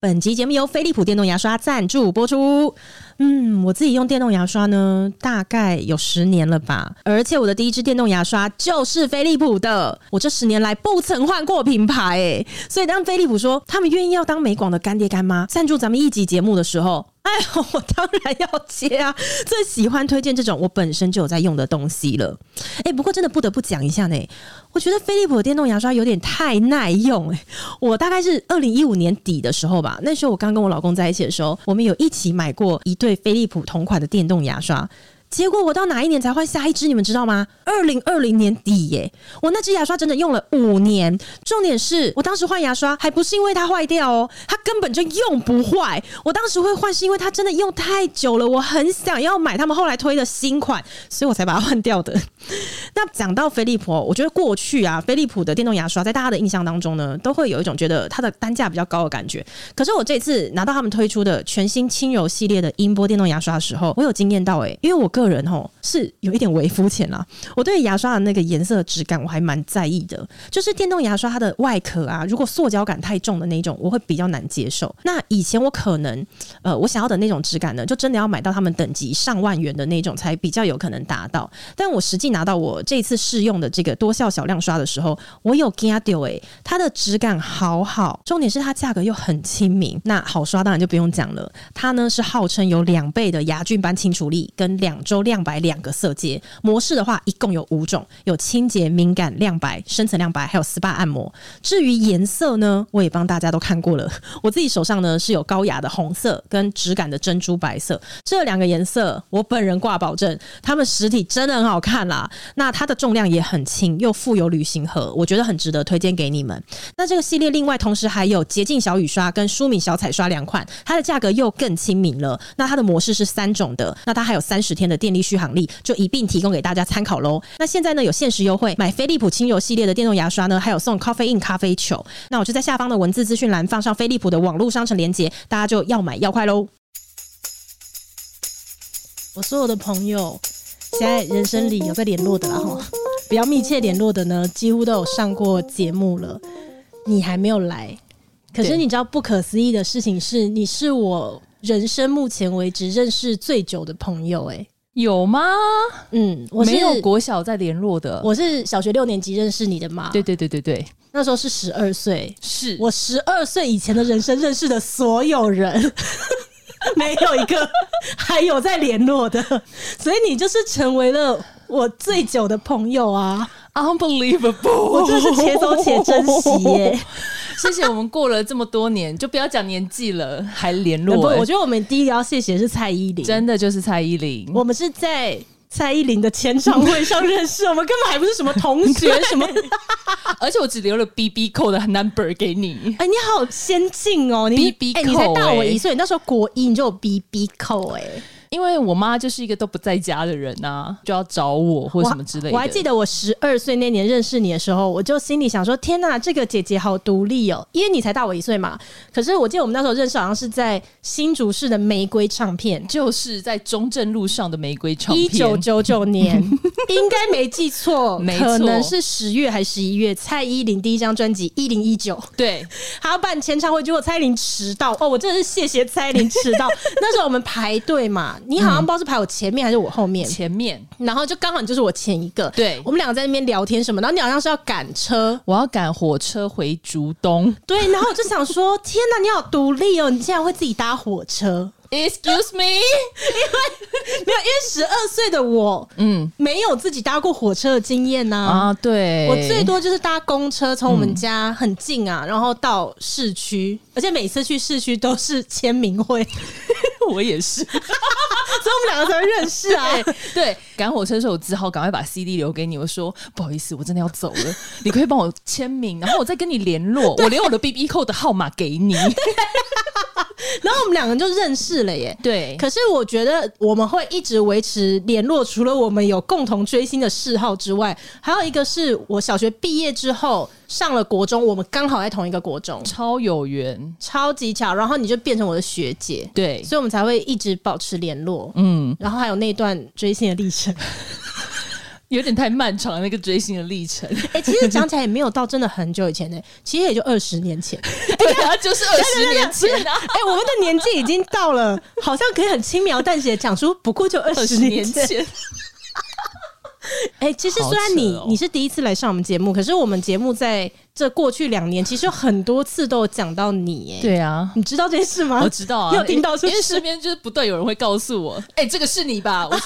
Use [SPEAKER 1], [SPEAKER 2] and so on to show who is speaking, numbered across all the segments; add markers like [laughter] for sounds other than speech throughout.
[SPEAKER 1] 本集节目由飞利浦电动牙刷赞助播出。嗯，我自己用电动牙刷呢，大概有十年了吧，而且我的第一支电动牙刷就是飞利浦的，我这十年来不曾换过品牌诶。所以当飞利浦说他们愿意要当美广的干爹干妈，赞助咱们一集节目的时候，哎呦，我当然要接啊！最喜欢推荐这种我本身就有在用的东西了。哎、不过真的不得不讲一下呢，我觉得飞利浦的电动牙刷有点太耐用哎、我大概是二零一五年底的时候吧，那时候我刚跟我老公在一起的时候，我们有一起买过一对飞利浦同款的电动牙刷。结果我到哪一年才换下一支，你们知道吗？二零二零年底耶、我那支牙刷整整用了五年。重点是我当时换牙刷还不是因为它坏掉哦，它根本就用不坏。我当时会换是因为它真的用太久了，我很想要买他们后来推的新款，所以我才把它换掉的。那讲到飞利浦哦，我觉得过去啊，飞利浦的电动牙刷在大家的印象当中呢，都会有一种觉得它的单价比较高的感觉。可是我这次拿到他们推出的全新轻柔系列的音波电动牙刷的时候，我有惊艳到诶、因为我个人吼是有一点微肤浅啦，我对牙刷的那个颜色质感我还蛮在意的，就是电动牙刷它的外壳啊，如果塑胶感太重的那种，我会比较难接受。那以前我可能呃，我想要的那种质感呢，就真的要买到他们等级上万元的那种才比较有可能达到。但我实际拿到我这次试用的这个多效小亮刷的时候，我有 get 丢诶，它的质感好好，重点是它价格又很亲民。那好刷当然就不用讲了，它呢是号称有两倍的牙菌斑清除力跟两周亮白两个色阶模式的话，一共有五种，有清洁、敏感、亮白、深层亮白，还有 SPA 按摩。至于颜色呢，我也帮大家都看过了，我自己手上呢是有高雅的红色跟质感的珍珠白色这两个颜色，我本人挂保证，它们实体真的很好看啦。那它的重量也很轻，又富有旅行盒，我觉得很值得推荐给你们。那这个系列另外同时还有洁净小雨刷跟舒敏小彩刷两款，它的价格又更亲民了。那它的模式是三种的，那它还有三十天的电力续航力，就一并提供给大家参考喽。那现在呢有限时优惠，买飞利浦轻柔系列的电动牙刷呢，还有送 Coffee In 咖啡球。那我就在下方的文字资讯栏放上飞利浦的网络商城链接，大家就要买要快喽。我所有的朋友，现在人生里有在联络的啦哈，比较密切联络的呢，几乎都有上过节目了。你还没有来，可是
[SPEAKER 2] 对
[SPEAKER 1] 你知道不可思议的事情是，你是我人生目前为止认识最久的朋友、欸。
[SPEAKER 2] 有吗？
[SPEAKER 1] 嗯，我是
[SPEAKER 2] 没有国小在联络的。
[SPEAKER 1] 我是小学六年级认识你的嘛，
[SPEAKER 2] 对，对对对对，
[SPEAKER 1] 那时候是十二岁，
[SPEAKER 2] 是
[SPEAKER 1] 我十二岁以前的人生认识的所有人。 [laughs] 没有一个还有在联络的，所以你就是成为了我最久的朋友啊！
[SPEAKER 2] unbelievable，
[SPEAKER 1] 我真的是且走且珍惜耶、
[SPEAKER 2] [laughs] 谢谢我们过了这么多年，就不要讲年纪了，还联
[SPEAKER 1] 不，
[SPEAKER 2] 络、欸
[SPEAKER 1] 我觉得我们第一个要谢谢的是蔡依林，
[SPEAKER 2] 真的就是蔡依林。
[SPEAKER 1] 我们是在蔡依林的签唱会上认识，我们根本还不是什么同学什么。
[SPEAKER 2] 啊而且我只留了 B B 扣的 number 给你。
[SPEAKER 1] 哎、你好先进哦，你
[SPEAKER 2] BB
[SPEAKER 1] 哎你才
[SPEAKER 2] 扣
[SPEAKER 1] 大我
[SPEAKER 2] 哎
[SPEAKER 1] 一岁，你那时候国一你就有 B B 扣哎、
[SPEAKER 2] 因为我妈就是一个都不在家的人啊，就要找我或
[SPEAKER 1] 我
[SPEAKER 2] 什么之类的。
[SPEAKER 1] 我还记得我十二岁那年认识你的时候，我就心里想说：天呐，这个姐姐好独立哦，因为你才大我一岁嘛。可是我记得我们那时候认识，好像是在新竹市的玫瑰唱片。
[SPEAKER 2] 就是在中正路上的玫瑰唱片，
[SPEAKER 1] 一九九九年，应该没记错，
[SPEAKER 2] [laughs] 没错
[SPEAKER 1] 可能是十月还是十一月，蔡依林第一张专辑《一零一九》，
[SPEAKER 2] 对，
[SPEAKER 1] 还要办签唱会，结果蔡依林迟到。哦，我真的是谢谢蔡依林迟
[SPEAKER 2] [laughs]
[SPEAKER 1] 到。那时候我们排队嘛，你好像不知道是排我前面还是我后面，
[SPEAKER 2] 前面
[SPEAKER 1] 然后就刚好你就是我前一个。
[SPEAKER 2] 对
[SPEAKER 1] 我们两个在那边聊天什么，然后你好像是要赶车。
[SPEAKER 2] 我要赶火车回竹东。
[SPEAKER 1] 对，然后我就想说，天哪，你好独立哦！你竟然会自己搭火车？
[SPEAKER 2] Excuse
[SPEAKER 1] [laughs]
[SPEAKER 2] me，
[SPEAKER 1] 没有，因为十二岁的我
[SPEAKER 2] 嗯
[SPEAKER 1] 没有自己搭过火车的经验呐、
[SPEAKER 2] 啊，对，
[SPEAKER 1] 我最 [laughs] 多就是搭公车，从我们家很近啊，然后到市区，而且每次去市区都是签名会， [laughs] 所以
[SPEAKER 2] 我也是。
[SPEAKER 1] 我们两个才会认识啊。
[SPEAKER 2] [laughs]
[SPEAKER 1] [laughs]
[SPEAKER 2] 对，赶火车的时候，我只好赶快把 CD 留给你。我说不好意思，我真的要走 [laughs] 了，你可以帮我签名，然后我再跟你联 [laughs] 络。我留我的 BB 扣的号码给你。
[SPEAKER 1] 然后我们两个就认识了耶。
[SPEAKER 2] [laughs] 对，
[SPEAKER 1] 可是我觉得我们会一直维持联络，除了我们有共同追星的嗜好之外，还有一个是我小学毕业之后上了国中，我们刚好在同一个国中，
[SPEAKER 2] 超有缘。
[SPEAKER 1] 超级巧。然后你就变成我的学姐，
[SPEAKER 2] 对，
[SPEAKER 1] 所以我们才会一直保持联络。
[SPEAKER 2] 嗯， [laughs]
[SPEAKER 1] 然后还有那段追星的历程，
[SPEAKER 2] 有点太漫长那个追星的历 [laughs] 程。
[SPEAKER 1] 哎、其实讲起来也没有到真的很久以前呢、 [laughs] 其实也就二十年前。
[SPEAKER 2] 对啊，就是二十年前啊，
[SPEAKER 1] 哎、我们的年纪已经到了，好像可以很轻描淡写地讲出，不过就二
[SPEAKER 2] 二
[SPEAKER 1] 十
[SPEAKER 2] 十
[SPEAKER 1] 年
[SPEAKER 2] 年
[SPEAKER 1] 前。
[SPEAKER 2] 前。
[SPEAKER 1] 哎、其实虽然你、
[SPEAKER 2] 好扯哦
[SPEAKER 1] 你是第一次来上我们节目，可是我们节目在这过去两年，其实有很多次都有讲到你、哎，
[SPEAKER 2] 对啊。
[SPEAKER 1] 你知道这件事吗？
[SPEAKER 2] 我知道啊，
[SPEAKER 1] 你有听到是不
[SPEAKER 2] 因为因为
[SPEAKER 1] 是
[SPEAKER 2] 身？边就是不断有人会告诉我，哎、这个是你吧？我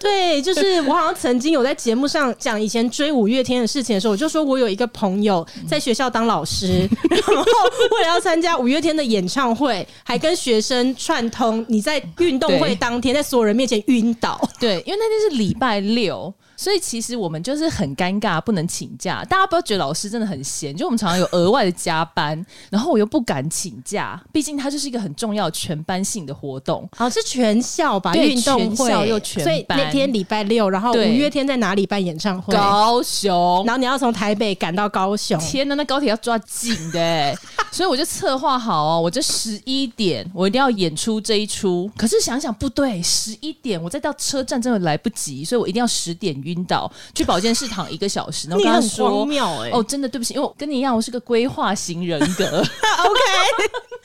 [SPEAKER 1] 对，就是我好像曾经有在节目上讲以前追五月天的事情的时候，我就说我有一个朋友在学校当老师， [laughs] 然后为了要参加五月天的演唱会，还跟学生串通，你在运动会
[SPEAKER 2] 对
[SPEAKER 1] 当天在所有人面前晕倒。
[SPEAKER 2] 对，因为那天是礼拜六，所以其实我们就是很尴尬，不能请假。大家不要觉得老师真的很闲，就我们常常有额外的加班，然后我又不敢请假，毕竟它就是一个很重要全班性的活动。
[SPEAKER 1] 哦，是全校吧？
[SPEAKER 2] 对
[SPEAKER 1] 运动
[SPEAKER 2] 全校
[SPEAKER 1] 会
[SPEAKER 2] 又全
[SPEAKER 1] 所以那
[SPEAKER 2] 班
[SPEAKER 1] 天礼拜六，然后五
[SPEAKER 2] 对
[SPEAKER 1] 月天在哪里办演唱会？
[SPEAKER 2] 高雄，
[SPEAKER 1] 然后你要从台北赶到高雄，
[SPEAKER 2] 天呐，那高铁要抓紧的、欸， [laughs] 所以我就策划好哦，我这十一点我一定要演出这一出。可是想想不对，十一点我再到车站真的来不及，所以我一定要十点晕倒去保健室躺一个小时。然后
[SPEAKER 1] 你
[SPEAKER 2] 跟他
[SPEAKER 1] 很荒
[SPEAKER 2] 说。
[SPEAKER 1] 谬哎、 [laughs]
[SPEAKER 2] 哦，真的对不起，因为我跟你一样，我是个规划型人 [laughs] 格。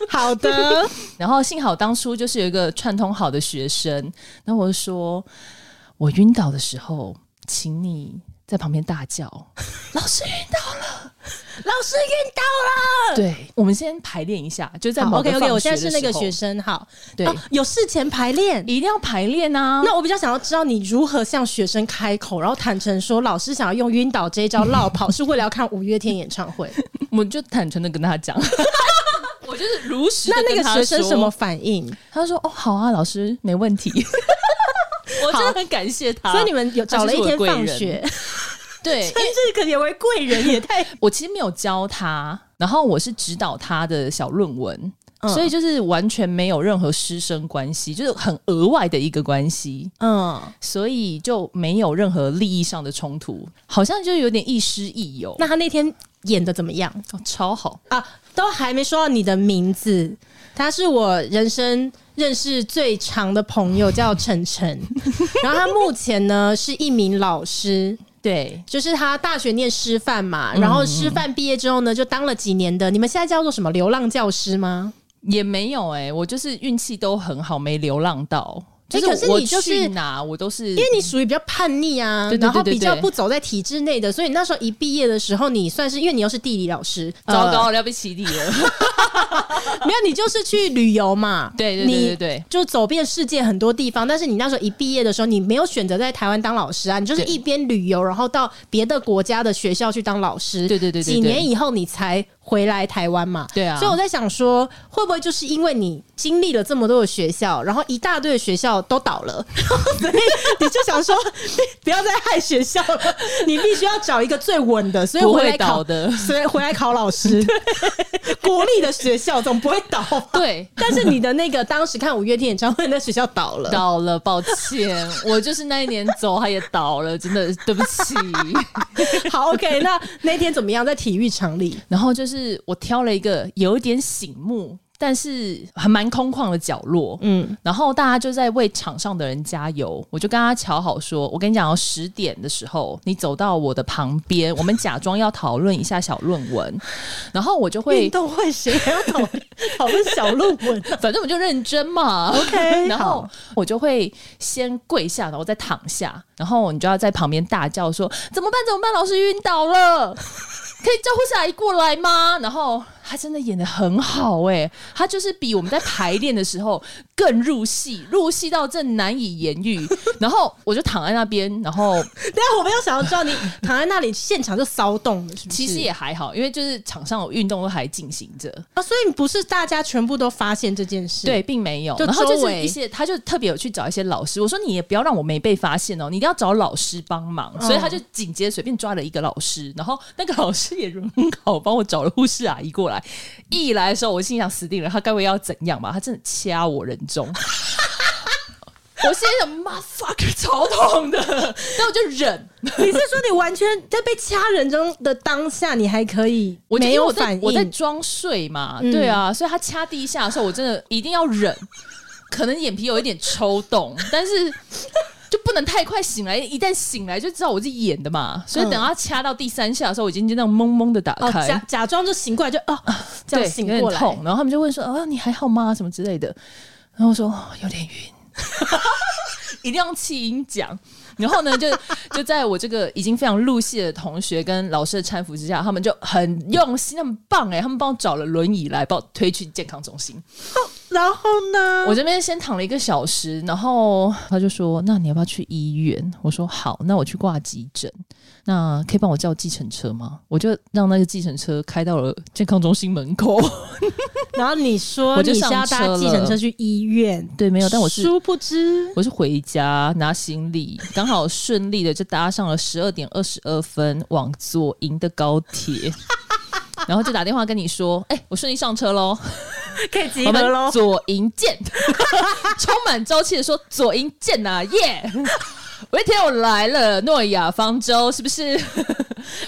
[SPEAKER 1] 好 [laughs] 的，
[SPEAKER 2] 然后幸好当初就是有一个串通好的学生，那我就说，我晕倒的时候，请你在旁边大叫，老师晕倒
[SPEAKER 1] 老师晕倒了。
[SPEAKER 2] 对，我们先排练一下，就在
[SPEAKER 1] 好
[SPEAKER 2] 某个
[SPEAKER 1] ，OK
[SPEAKER 2] 放学
[SPEAKER 1] OK，我现在是那个
[SPEAKER 2] 的时候
[SPEAKER 1] 学，生，好，
[SPEAKER 2] 对嗯
[SPEAKER 1] 哦有事前排练。
[SPEAKER 2] 一定要排练啊。
[SPEAKER 1] 那我比较想要知道你如何向学生开口，然后坦诚说老师想要用晕倒这一招绕
[SPEAKER 2] [laughs]
[SPEAKER 1] 跑，是为了要看五月天演唱会。
[SPEAKER 2] 我就坦诚的跟他讲， [laughs] 我就是如实
[SPEAKER 1] 那
[SPEAKER 2] 地
[SPEAKER 1] 那
[SPEAKER 2] 跟
[SPEAKER 1] 个
[SPEAKER 2] 他
[SPEAKER 1] 学生
[SPEAKER 2] 说
[SPEAKER 1] 什么？反应？
[SPEAKER 2] 他说：“哦，好啊，老师，没问题。” [laughs] 我真的很感谢他。
[SPEAKER 1] 所以你们有找了一天
[SPEAKER 2] 他就是我的贵
[SPEAKER 1] 放
[SPEAKER 2] 人
[SPEAKER 1] 学， [laughs]
[SPEAKER 2] 对，
[SPEAKER 1] 但是可能为贵人也
[SPEAKER 2] [laughs]
[SPEAKER 1] 太……
[SPEAKER 2] 我其实没有教他，然后我是指导他的小论文。
[SPEAKER 1] 嗯
[SPEAKER 2] 所以就是完全没有任何师生关系，就是很额外的一个关系，
[SPEAKER 1] 嗯，
[SPEAKER 2] 所以就没有任何利益上的冲突，好像就有点亦师亦友。
[SPEAKER 1] 那他那天演的怎么样
[SPEAKER 2] 哦超好，
[SPEAKER 1] 啊？都还没说到你的名字，他是我人生认识最长的朋友，叫晨
[SPEAKER 2] [laughs]
[SPEAKER 1] 晨。然后他目前呢是一名老师，
[SPEAKER 2] 对，
[SPEAKER 1] 就是他大学念师范嘛，然后师范毕业之后呢，就当了几年的。你们现在叫做什么流浪教师吗？
[SPEAKER 2] 也没有哎、我就是运气都很好，没流浪到。
[SPEAKER 1] 欸
[SPEAKER 2] 就
[SPEAKER 1] 可是
[SPEAKER 2] 我
[SPEAKER 1] 你就是
[SPEAKER 2] 去哪我都是
[SPEAKER 1] 因为你属于比较叛逆啊，
[SPEAKER 2] 对对对
[SPEAKER 1] 然后
[SPEAKER 2] 对
[SPEAKER 1] 比
[SPEAKER 2] 对
[SPEAKER 1] 较不走在体制内的，所以那时候一毕业的时候，你算是因为你又是地理老师，
[SPEAKER 2] 糟
[SPEAKER 1] 呃
[SPEAKER 2] 糕了，要被起底了。 [laughs]
[SPEAKER 1] 没有你就是去旅游嘛，
[SPEAKER 2] 对对对
[SPEAKER 1] 你
[SPEAKER 2] 对对
[SPEAKER 1] 就走遍世界很多地方，但是你那时候一毕业的时候，你没有选择在台湾当老师啊，你就是
[SPEAKER 2] 对
[SPEAKER 1] 一边旅游，然后到别的国家的学校去当老师。
[SPEAKER 2] 对对对对对
[SPEAKER 1] 几年以后你才回来台湾嘛。
[SPEAKER 2] 对啊
[SPEAKER 1] 所以我在想说，会不会就是因为你经历了这么多的学校，然后一大堆的学校都倒了， [laughs] 所以你就想说，不要再害学校了，你必须要找一个最稳的，所以
[SPEAKER 2] 不
[SPEAKER 1] 回
[SPEAKER 2] 会
[SPEAKER 1] 来考
[SPEAKER 2] 倒的
[SPEAKER 1] 所以回来考老师。国立的学校总不会倒吧？
[SPEAKER 2] 对，
[SPEAKER 1] 但是你的那个当时看五月天演唱会，那学校倒了。
[SPEAKER 2] [laughs] 倒了，抱歉，我就是那一年走，他也倒了，真的对不起。
[SPEAKER 1] [laughs] 好，OK，那
[SPEAKER 2] [laughs]
[SPEAKER 1] 那天怎么样？在体育场里，
[SPEAKER 2] 然后就是我挑了一个有一点醒目，但是还蛮空旷的角落，
[SPEAKER 1] 嗯
[SPEAKER 2] 嗯，然后大家就在为场上的人加油。我就跟他瞧好说，我跟你讲哦，十点的时候你走到我的旁边，我们假装要讨论一下小论文，然后我就
[SPEAKER 1] 运
[SPEAKER 2] 会，
[SPEAKER 1] 动会谁还要讨论讨论小论文啊
[SPEAKER 2] [laughs] 反正我们就认真嘛。
[SPEAKER 1] ？OK，
[SPEAKER 2] [laughs] 然后我就会先跪下，然后再躺下，然后你就要在旁边大叫说：“怎么办？怎么办？老师晕倒了，可以叫护士阿姨过来吗？” [laughs] 然后他真的演的很好哎、他就是比我们在排练的时候更入戏，入戏到这难以言喻。然后我就躺在那边，然后
[SPEAKER 1] 等一下我们又想要知道你躺在那里现场就骚动了，是不是？
[SPEAKER 2] 其实也还好，因为就是场上有运动都还进行着，
[SPEAKER 1] 啊，所以不是大家全部都发现这件事。
[SPEAKER 2] 对，，并没有。
[SPEAKER 1] 就
[SPEAKER 2] 然后就
[SPEAKER 1] 周
[SPEAKER 2] 是
[SPEAKER 1] 围
[SPEAKER 2] 一些，他就特别有去找一些老师。我说你也不要让我没被发现哦，你一定要找老师帮忙。
[SPEAKER 1] 嗯
[SPEAKER 2] 所以他就紧接着随便抓了一个老师，然后那个老师也很好，帮我找了护士阿姨过来。一来的时候，我心想死定了，他该不会要怎样吧？他真的掐我人中。 [laughs] 我心想妈 fuck 超痛的， [laughs] 那我就忍，
[SPEAKER 1] 你是说你完全在被掐人中的当下，你还可以
[SPEAKER 2] 我就
[SPEAKER 1] 没
[SPEAKER 2] 因为
[SPEAKER 1] 有
[SPEAKER 2] 我在
[SPEAKER 1] 反应？
[SPEAKER 2] 我在装睡嘛，
[SPEAKER 1] 嗯
[SPEAKER 2] 对啊，所以他掐第一下的时候，我真的一定要忍，可能眼皮有一点抽动，但是就不能太快醒来，一旦醒来就知道我是演的嘛。所以等他掐到第三下的时候，我已经就那种懵懵的打
[SPEAKER 1] 嗯哦，
[SPEAKER 2] 开，
[SPEAKER 1] 假假装就醒过来就哦，这
[SPEAKER 2] 啊对，
[SPEAKER 1] 样醒
[SPEAKER 2] 有点
[SPEAKER 1] 过来，
[SPEAKER 2] 痛。然后他们就问说：“啊，你还好吗？什么之类的。”然后我说：“哦有点晕。” [laughs] 一定要用气音讲。然后呢，就 [laughs] 就在我这个已经非常入戏的同学跟老师的搀扶之下，他们就很用心，他们棒哎、他们帮我找了轮椅来把我推去健康中心。
[SPEAKER 1] 然后呢？
[SPEAKER 2] 我这边先躺了一个小时，然后他就说：“那你要不要去医院？”我说：“好，那我去挂急诊。那可以帮我叫计程车吗？”我就让那个计程车开到了健康中心门口。
[SPEAKER 1] 然后你说
[SPEAKER 2] 我就
[SPEAKER 1] 你是
[SPEAKER 2] 上
[SPEAKER 1] 要搭
[SPEAKER 2] 车了
[SPEAKER 1] 计程车去医院，
[SPEAKER 2] [laughs] 对，没有，但我是
[SPEAKER 1] 殊不知
[SPEAKER 2] 我是回家拿行李，刚好顺利的就搭上了十二点二十二分往左营的高铁， [laughs] 然后就打电话跟你说，哎、我顺利上车喽，
[SPEAKER 1] [laughs] 可以集
[SPEAKER 2] 我们
[SPEAKER 1] 咯
[SPEAKER 2] 左营
[SPEAKER 1] [laughs]
[SPEAKER 2] 见，充满朝气的说左营见呐、耶、我一天我来了，诺亚方舟是不是？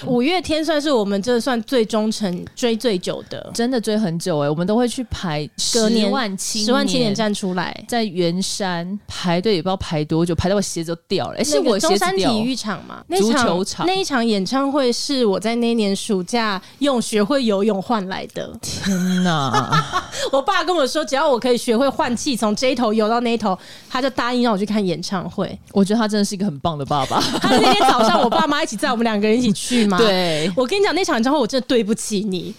[SPEAKER 1] 五月天算是我们这算最忠诚、追最久的，
[SPEAKER 2] 真的追很久哎、我们都会去排十
[SPEAKER 1] 隔年
[SPEAKER 2] 万青
[SPEAKER 1] 十万青年
[SPEAKER 2] 年。
[SPEAKER 1] 站出来，
[SPEAKER 2] 在圆山排队也不知道排多久，排到我鞋子都掉了。哎、是
[SPEAKER 1] 那个
[SPEAKER 2] 我鞋
[SPEAKER 1] 中
[SPEAKER 2] 子
[SPEAKER 1] 山
[SPEAKER 2] 掉
[SPEAKER 1] 体育场嘛？那
[SPEAKER 2] 足
[SPEAKER 1] 场
[SPEAKER 2] 球场
[SPEAKER 1] 那一场演唱会是我在那一年暑假用学会游泳换来的。
[SPEAKER 2] 天哪！
[SPEAKER 1] [laughs] 我爸跟我说，只要我可以学会换气，从这一头游到那一头，他就答应让我去看演唱会。
[SPEAKER 2] 我觉得他真的是一个很棒的爸 [laughs] 爸。
[SPEAKER 1] 他那天早上，我爸妈一起在，我们两个人一起去嘛。。
[SPEAKER 2] [laughs] 对
[SPEAKER 1] 我跟你讲，那场演唱会我真的对不起你，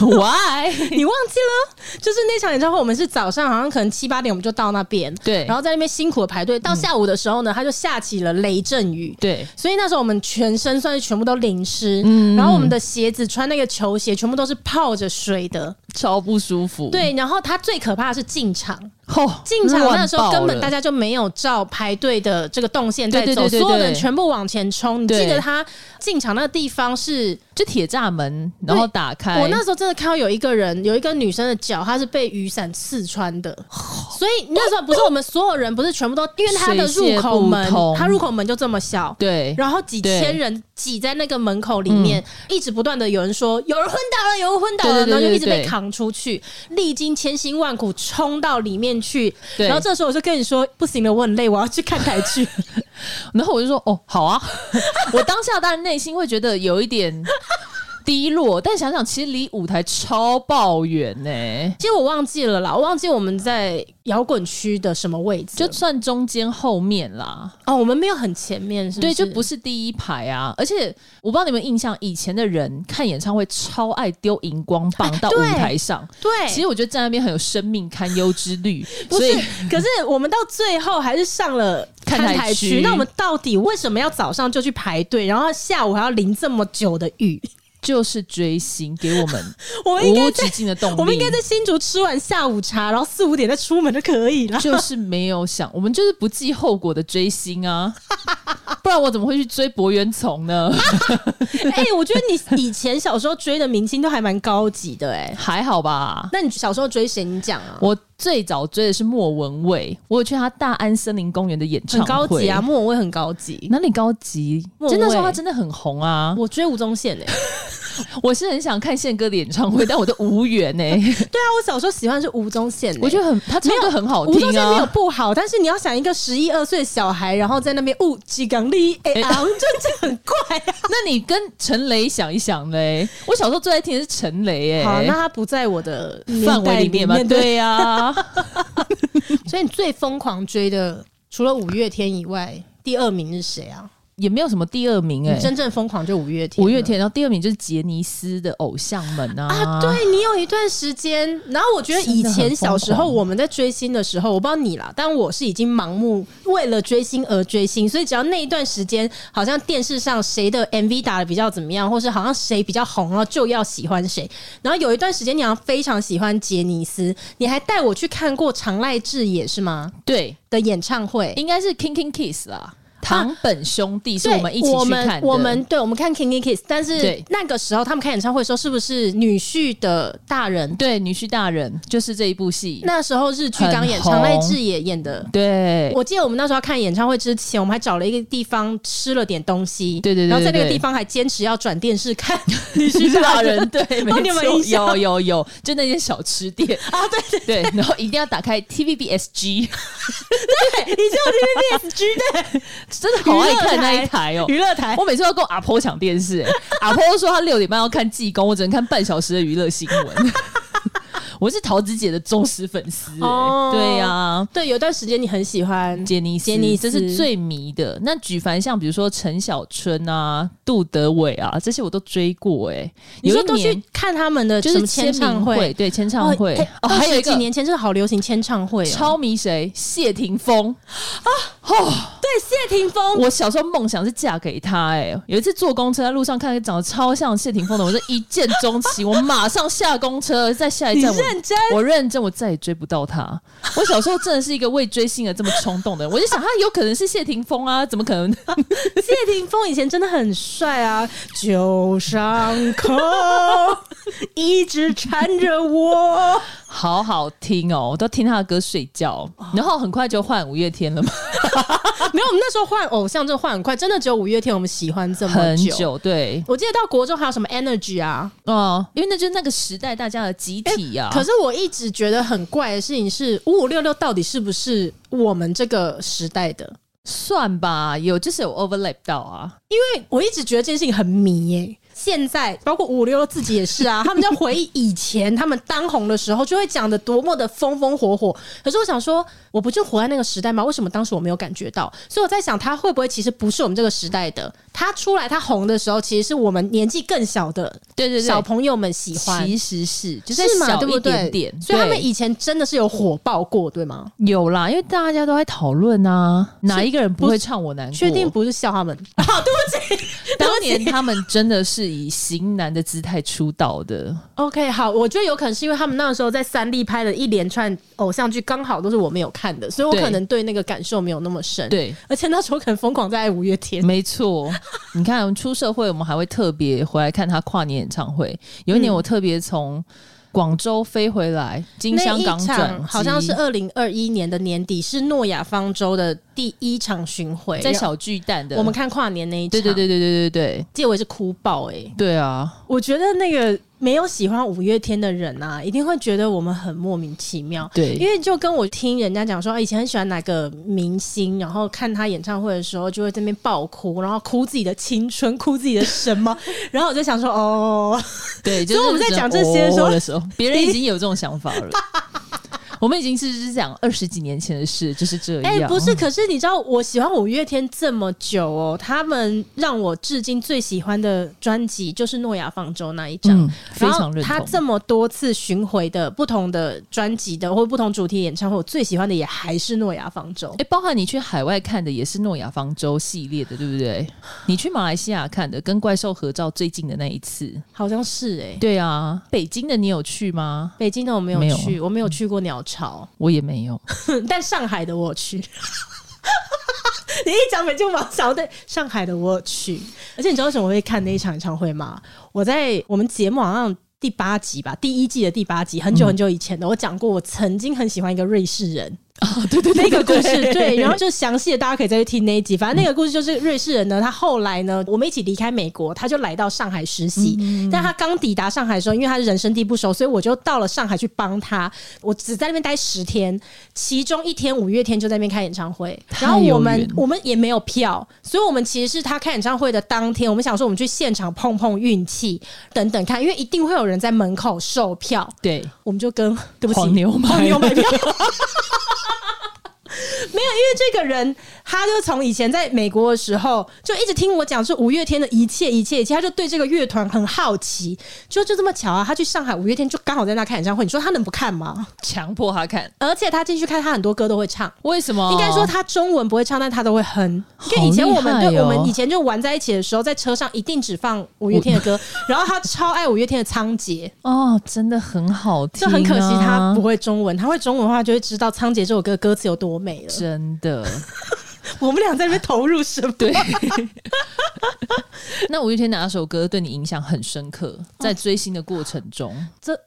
[SPEAKER 2] ，Why？
[SPEAKER 1] [laughs] 你忘记了？就是那场演唱会，我们是早上好像可能七八点我们就到那边，
[SPEAKER 2] 对
[SPEAKER 1] 然后在那边辛苦的排队，到下午的时候呢，它就下起了雷阵雨，
[SPEAKER 2] [laughs] 对，
[SPEAKER 1] 所以那时候我们全身算是全部都淋湿，
[SPEAKER 2] 嗯
[SPEAKER 1] 然后我们的鞋子穿那个球鞋全部都是泡着水的，
[SPEAKER 2] 超不舒服。，
[SPEAKER 1] 对。然后它最可怕的是进场，
[SPEAKER 2] 哦，
[SPEAKER 1] 进场那时候根本大
[SPEAKER 2] 家
[SPEAKER 1] 家就没有照排队的这个动线在走，
[SPEAKER 2] 对对对对对
[SPEAKER 1] 所有人全部往前冲。你
[SPEAKER 2] 对
[SPEAKER 1] 记得他进场那个地方是，
[SPEAKER 2] 就铁栅门，然后打开。
[SPEAKER 1] 我那时候真的看到有一个人，有一个女生的脚，她是被雨伞刺穿的，所以那时候不是我们所有人不是全部都，因为她的
[SPEAKER 2] 哦水泄
[SPEAKER 1] 入口门
[SPEAKER 2] 不通，
[SPEAKER 1] 她入口门就这么小。
[SPEAKER 2] 对，
[SPEAKER 1] 然后几千
[SPEAKER 2] 对嗯
[SPEAKER 1] 人挤在那个门口里面，一直不断的有人说有人昏倒了，有人昏倒了，
[SPEAKER 2] 对对对
[SPEAKER 1] 然后就一直
[SPEAKER 2] 对
[SPEAKER 1] 被
[SPEAKER 2] 对
[SPEAKER 1] 扛出去，历经千辛万苦冲到里面去。
[SPEAKER 2] 对
[SPEAKER 1] 然后这时候我就跟你说不行了，我很累，我要去看台
[SPEAKER 2] [laughs]
[SPEAKER 1] 剧。
[SPEAKER 2] 然后我就说，哦，好啊。 [laughs] 我当下当然内心会觉得有一点低落， [laughs] 但想想其实离舞台超抱远呢、
[SPEAKER 1] 其实我忘记了啦，我忘记我们在摇滚区的什么位置了，
[SPEAKER 2] 就
[SPEAKER 1] 就
[SPEAKER 2] 算中间后面啦，
[SPEAKER 1] 哦，我们没有很前面，是不
[SPEAKER 2] 对，
[SPEAKER 1] 是？
[SPEAKER 2] 就不是第一排啊！而且我不知道你们有没有印象，以前的人看演唱会超爱丢荧光棒到舞
[SPEAKER 1] 对
[SPEAKER 2] 台上。
[SPEAKER 1] 对，
[SPEAKER 2] 其实我觉得站那边很有生命堪忧之虑，
[SPEAKER 1] 哎 [laughs] 不
[SPEAKER 2] 所
[SPEAKER 1] 是
[SPEAKER 2] 以。
[SPEAKER 1] 可是我们到最后还是上了
[SPEAKER 2] 看台
[SPEAKER 1] 台
[SPEAKER 2] 区
[SPEAKER 1] 那我们到底为什么要早上就去排队，然后下午还要淋这么久的雨？ [laughs]
[SPEAKER 2] 就是追星给我们
[SPEAKER 1] 我们应该
[SPEAKER 2] 无
[SPEAKER 1] 在
[SPEAKER 2] 止境的动力。
[SPEAKER 1] [laughs] 我们应该在新竹吃完下午茶，然后四五点再出门就可以
[SPEAKER 2] [laughs]
[SPEAKER 1] 了。
[SPEAKER 2] 就是没有想，我们就是不计后果的追星
[SPEAKER 1] [laughs]
[SPEAKER 2] 啊，不然我怎么会去追博元从呢？ [laughs]
[SPEAKER 1] 哎、我觉得你以前小时候追的明星都还蛮高级的哎、
[SPEAKER 2] [laughs] 还好吧。
[SPEAKER 1] 那你小时候追谁？你讲啊，
[SPEAKER 2] 我最早追的是莫文蔚，我有去他大安森林公园的演唱
[SPEAKER 1] 很
[SPEAKER 2] 会，
[SPEAKER 1] 高级啊，，莫文蔚很高级。
[SPEAKER 2] 哪里高级？
[SPEAKER 1] 莫
[SPEAKER 2] 就
[SPEAKER 1] 文蔚
[SPEAKER 2] 那时候他真的很红啊，
[SPEAKER 1] 我追吴宗宪哎、
[SPEAKER 2] [laughs] 我是很想看宪哥的演唱会，但我都无缘呢、欸
[SPEAKER 1] [laughs] 对啊，我小时候喜欢的是吴宗宪、欸，
[SPEAKER 2] 我觉得很他唱歌很好
[SPEAKER 1] 吴宗
[SPEAKER 2] 听
[SPEAKER 1] 宪没有
[SPEAKER 2] 啊，
[SPEAKER 1] 不好，但是你要想一个十一二岁的小孩，然后在那边哦，几港力哎
[SPEAKER 2] 哎 [laughs]
[SPEAKER 1] 昂，这这很怪啊。 [laughs]
[SPEAKER 2] 那你跟陈雷想一想嘞，我小时候最爱听的是陈雷哎、
[SPEAKER 1] 好，那他不在我的年代
[SPEAKER 2] 范围里面 [laughs] 嘛，
[SPEAKER 1] 对。
[SPEAKER 2] 对啊呀、
[SPEAKER 1] [laughs] 所以你最疯狂追的，除了五月天以外，第二名是谁啊？
[SPEAKER 2] 也没有什么第二名哎、
[SPEAKER 1] 你真正疯狂就五月天了，
[SPEAKER 2] 五月天，然后第二名就是杰尼斯的偶像们啊，
[SPEAKER 1] 啊，对你有一段时间，然后我觉得以前小时候我们在追星的时候，我不知道你啦，但我是已经盲目为了追星而追星，所以只要那一段时间，好像电视上谁的 MV 打的比较怎么样，或是好像谁比较红，然后就要喜欢谁。然后有一段时间，你好像非常喜欢杰尼斯，你还带我去看过长濑智也是吗
[SPEAKER 2] 对，
[SPEAKER 1] 的演唱会？
[SPEAKER 2] 应该是 King King Kiss 啦，堂本兄弟是
[SPEAKER 1] 啊对，
[SPEAKER 2] 我们一起
[SPEAKER 1] 我
[SPEAKER 2] 去
[SPEAKER 1] 们
[SPEAKER 2] 看的，
[SPEAKER 1] 我们对我们看 Kinky Kiss，但是
[SPEAKER 2] 对
[SPEAKER 1] 那个时候他们开演唱会的时候，是不是女婿的大人？
[SPEAKER 2] 对女婿大人就是这一部戏。
[SPEAKER 1] 那时候日剧刚演，
[SPEAKER 2] 很红
[SPEAKER 1] 长濑智也演的。
[SPEAKER 2] 对，
[SPEAKER 1] 我记得我们那时候要看演唱会之前，我们还找了一个地方吃了点东西，
[SPEAKER 2] 对对对
[SPEAKER 1] 然后在那个
[SPEAKER 2] 对对
[SPEAKER 1] 地方还坚持要转电视看女
[SPEAKER 2] 女
[SPEAKER 1] 婿
[SPEAKER 2] 婿
[SPEAKER 1] 大
[SPEAKER 2] 大
[SPEAKER 1] 人 [laughs]
[SPEAKER 2] 人， [laughs] 对，没
[SPEAKER 1] 哦你有没有
[SPEAKER 2] 错
[SPEAKER 1] 印象
[SPEAKER 2] 有有有，就那间小
[SPEAKER 1] [laughs]
[SPEAKER 2] 吃店啊，对对对，然后一定要打开 TVB SG，
[SPEAKER 1] 你知道 TVBS
[SPEAKER 2] 真的好爱看那一台哦
[SPEAKER 1] 的。娱乐台
[SPEAKER 2] 我每次都要跟我阿婆抢电视、欸，阿婆说她六点半要看济公，我只能看半小时的娱乐新闻。 [laughs] 我是桃子姐的忠实粉丝、欸，
[SPEAKER 1] 哦
[SPEAKER 2] 对呀、
[SPEAKER 1] 对，有段时间你很喜欢，
[SPEAKER 2] 杰尼斯
[SPEAKER 1] 杰尼斯
[SPEAKER 2] 这是最迷的。那举凡像比如说陈小春啊、杜德伟啊这些，我都追过、欸。哎，
[SPEAKER 1] 你
[SPEAKER 2] 有
[SPEAKER 1] 说
[SPEAKER 2] 一
[SPEAKER 1] 都去
[SPEAKER 2] 年
[SPEAKER 1] 看他们的
[SPEAKER 2] 就
[SPEAKER 1] 什
[SPEAKER 2] 是
[SPEAKER 1] 么签
[SPEAKER 2] 签
[SPEAKER 1] 唱
[SPEAKER 2] 名
[SPEAKER 1] 会
[SPEAKER 2] 会，、对签唱会
[SPEAKER 1] 哎
[SPEAKER 2] 哦，还有
[SPEAKER 1] 20
[SPEAKER 2] 一
[SPEAKER 1] 几
[SPEAKER 2] 个
[SPEAKER 1] 年前真的好流行签唱会、哦，
[SPEAKER 2] 超迷谁？谢霆锋。
[SPEAKER 1] 对谢霆锋，
[SPEAKER 2] 我小时候梦想是嫁给他、哎，有一次坐公车在路上看，长得超像谢霆锋的，我就一见钟情，我马上下公车，在下一
[SPEAKER 1] 你
[SPEAKER 2] 站我。
[SPEAKER 1] 认真。
[SPEAKER 2] 我认真，我再也追不到他。我小时候真的是一个为追星而这么冲动的人，我就想他有可能是谢霆锋啊，怎么可能？ [laughs]
[SPEAKER 1] 谢霆锋以前真的很帅啊，旧伤口一直缠着我。
[SPEAKER 2] 好好听哦，我都听他的歌睡觉，
[SPEAKER 1] 哦
[SPEAKER 2] 然后很快就换五月天了嘛，
[SPEAKER 1] [laughs] 没有，我们那时候换偶像就换很快，真的只有五月天我们喜欢这么
[SPEAKER 2] 很
[SPEAKER 1] 久。
[SPEAKER 2] 久对，
[SPEAKER 1] 我记得到国中还有什么 Energy 啊，
[SPEAKER 2] 哦，因为那就是那个时代大家的集体呀、啊
[SPEAKER 1] 哎可是我一直觉得很怪的事情是，五五六六到底是不是我们这个时代的？
[SPEAKER 2] 算吧，有就是有 overlap 到啊，
[SPEAKER 1] 因为我一直觉得这件事情很迷耶、现在包括五五六六自己也是
[SPEAKER 2] [laughs]
[SPEAKER 1] 啊，他们在回忆以前他们当红的时候，就会讲的多么的风风火火。可是我想说，我不就活在那个时代吗？为什么当时我没有感觉到？所以我在想，他会不会其实不是我们这个时代的？他出来他红的时候，其实是我们年纪更小的
[SPEAKER 2] 对对对，
[SPEAKER 1] 小朋友们喜欢，
[SPEAKER 2] 其实是就是
[SPEAKER 1] 是嘛？
[SPEAKER 2] 小
[SPEAKER 1] 对不
[SPEAKER 2] 一
[SPEAKER 1] 对？
[SPEAKER 2] 点点，
[SPEAKER 1] 所以他们
[SPEAKER 2] 对
[SPEAKER 1] 以前真的是有火爆过，对吗？
[SPEAKER 2] 有啦，因为大家都在讨论啊，哪一个人不会唱我难过？
[SPEAKER 1] 确定不是笑他们？
[SPEAKER 2] 当年他们真的是以型男的姿态出道的，
[SPEAKER 1] OK，好，我觉得有可能是因为他们那时候在三立拍的一连串偶像剧，刚好都是我没有看的，所以我
[SPEAKER 2] 对
[SPEAKER 1] 可能对那个感受没有那么深。，
[SPEAKER 2] 对，
[SPEAKER 1] 而且那时候可能疯狂在爱五月天，
[SPEAKER 2] 没错，你看我们出社会，我们还会特别回来看他跨年演唱会。有一年我特别从广州飞回来，经香港
[SPEAKER 1] 那一
[SPEAKER 2] 转
[SPEAKER 1] 场
[SPEAKER 2] 机
[SPEAKER 1] 好像是二零二一年的年底，是诺亚方舟的第一场巡回，
[SPEAKER 2] 在小巨蛋的，
[SPEAKER 1] 我们看跨年那一场，
[SPEAKER 2] 对对，对对对对对
[SPEAKER 1] 结尾是哭爆哎、欸
[SPEAKER 2] 对啊！
[SPEAKER 1] 我觉得那个没有喜欢五月天的人啊，一定会觉得我们很莫名其妙。因
[SPEAKER 2] 对，
[SPEAKER 1] 为就跟我听人家讲说，啊以前很喜欢哪个明星，然后看他演唱会的时候，就会在那边爆哭，然后哭自己的青春，哭自己的什
[SPEAKER 2] [laughs]
[SPEAKER 1] 么，然后我就想说，哦，
[SPEAKER 2] 对，就
[SPEAKER 1] 所以我们在
[SPEAKER 2] 是
[SPEAKER 1] 讲这些的时候
[SPEAKER 2] 哦的时候，别人已经有这种想法
[SPEAKER 1] [laughs]
[SPEAKER 2] 了。我们已经是是讲二十几年前的事，就是这样。
[SPEAKER 1] 哎、不是，可是你知道我喜欢五月天这么久哦，他们让我至今最喜欢的专辑就是《诺亚方舟》那一张。
[SPEAKER 2] 嗯，非
[SPEAKER 1] 然后
[SPEAKER 2] 常认同。
[SPEAKER 1] 他这么多次巡回的不同的专辑的或不同主题演唱会，我最喜欢的也还是《诺亚方舟》
[SPEAKER 2] 哎、包含你去海外看的也是诺亚方舟系列的，对不对？你去马来西亚看的，跟怪兽合照最近的那一次，
[SPEAKER 1] 好像是哎、
[SPEAKER 2] 对啊。北京的你有去吗？
[SPEAKER 1] 北京的我没有
[SPEAKER 2] 没有
[SPEAKER 1] 去，我没有去过鸟巢。
[SPEAKER 2] 我也没有。
[SPEAKER 1] 但上海的我去。 [laughs] 你一讲北京，我想对上海的我去。而且你知道为什么我会看那一场演唱会吗？我在我们节目好像第八集吧，第一季的第八集，很久很久以前的，我讲过，我曾经很喜欢一个瑞士人。
[SPEAKER 2] 对 [laughs] 对
[SPEAKER 1] 那个故事，对， [laughs] 然后就详细的大家可以再去听那一集。反正那个故事就是瑞士人呢，他后来呢，我们一起离开美国，他就来到上海实习。
[SPEAKER 2] 嗯
[SPEAKER 1] 但他刚抵达上海的时候，因为他是人生地不熟，所以我就到了上海去帮他。我只在那边待十天，其中一天五月天就在那边开演唱会，然后
[SPEAKER 2] 太有
[SPEAKER 1] 我们
[SPEAKER 2] 缘
[SPEAKER 1] 我们也没有票，所以我们其实是他开演唱会的当天，我们想说我们去现场碰碰运气，等等看，因为一定会有人在门口售票。
[SPEAKER 2] 对，
[SPEAKER 1] 我们就跟对不起
[SPEAKER 2] 黄牛买
[SPEAKER 1] 黄牛
[SPEAKER 2] 了
[SPEAKER 1] 买票。 [laughs] 没有，因为这个人，他就从以前在美国的时候，就一直听我讲说五月天的一切一切一切，他就对这个乐团很好奇，就就这么巧啊，他去上海五月天就刚好在那看演唱会，你说他能不看吗？
[SPEAKER 2] 强迫他看，
[SPEAKER 1] 而且他进去看，他很多歌都会唱，
[SPEAKER 2] 为什么？
[SPEAKER 1] 应该说他中文不会唱，但他都会哼。因
[SPEAKER 2] 好
[SPEAKER 1] 为以前
[SPEAKER 2] 厉
[SPEAKER 1] 我们
[SPEAKER 2] 害
[SPEAKER 1] 对我
[SPEAKER 2] 哦
[SPEAKER 1] 们以前就玩在一起的时候，在车上一定只放五月天的歌，然后他超爱五月天的《仓颉》。
[SPEAKER 2] 哦，真的很好听、
[SPEAKER 1] 就
[SPEAKER 2] 啊，
[SPEAKER 1] 很可惜他不会中文，他会中文的话就会知道《仓颉》这首歌歌词有多美了。
[SPEAKER 2] 真的。
[SPEAKER 1] [laughs] 我们俩在那边投入
[SPEAKER 2] [laughs]
[SPEAKER 1] 什么？
[SPEAKER 2] 对。 [laughs] 那五月天哪首歌对你影响很深刻？在追星的过程中， [laughs]
[SPEAKER 1] 这哦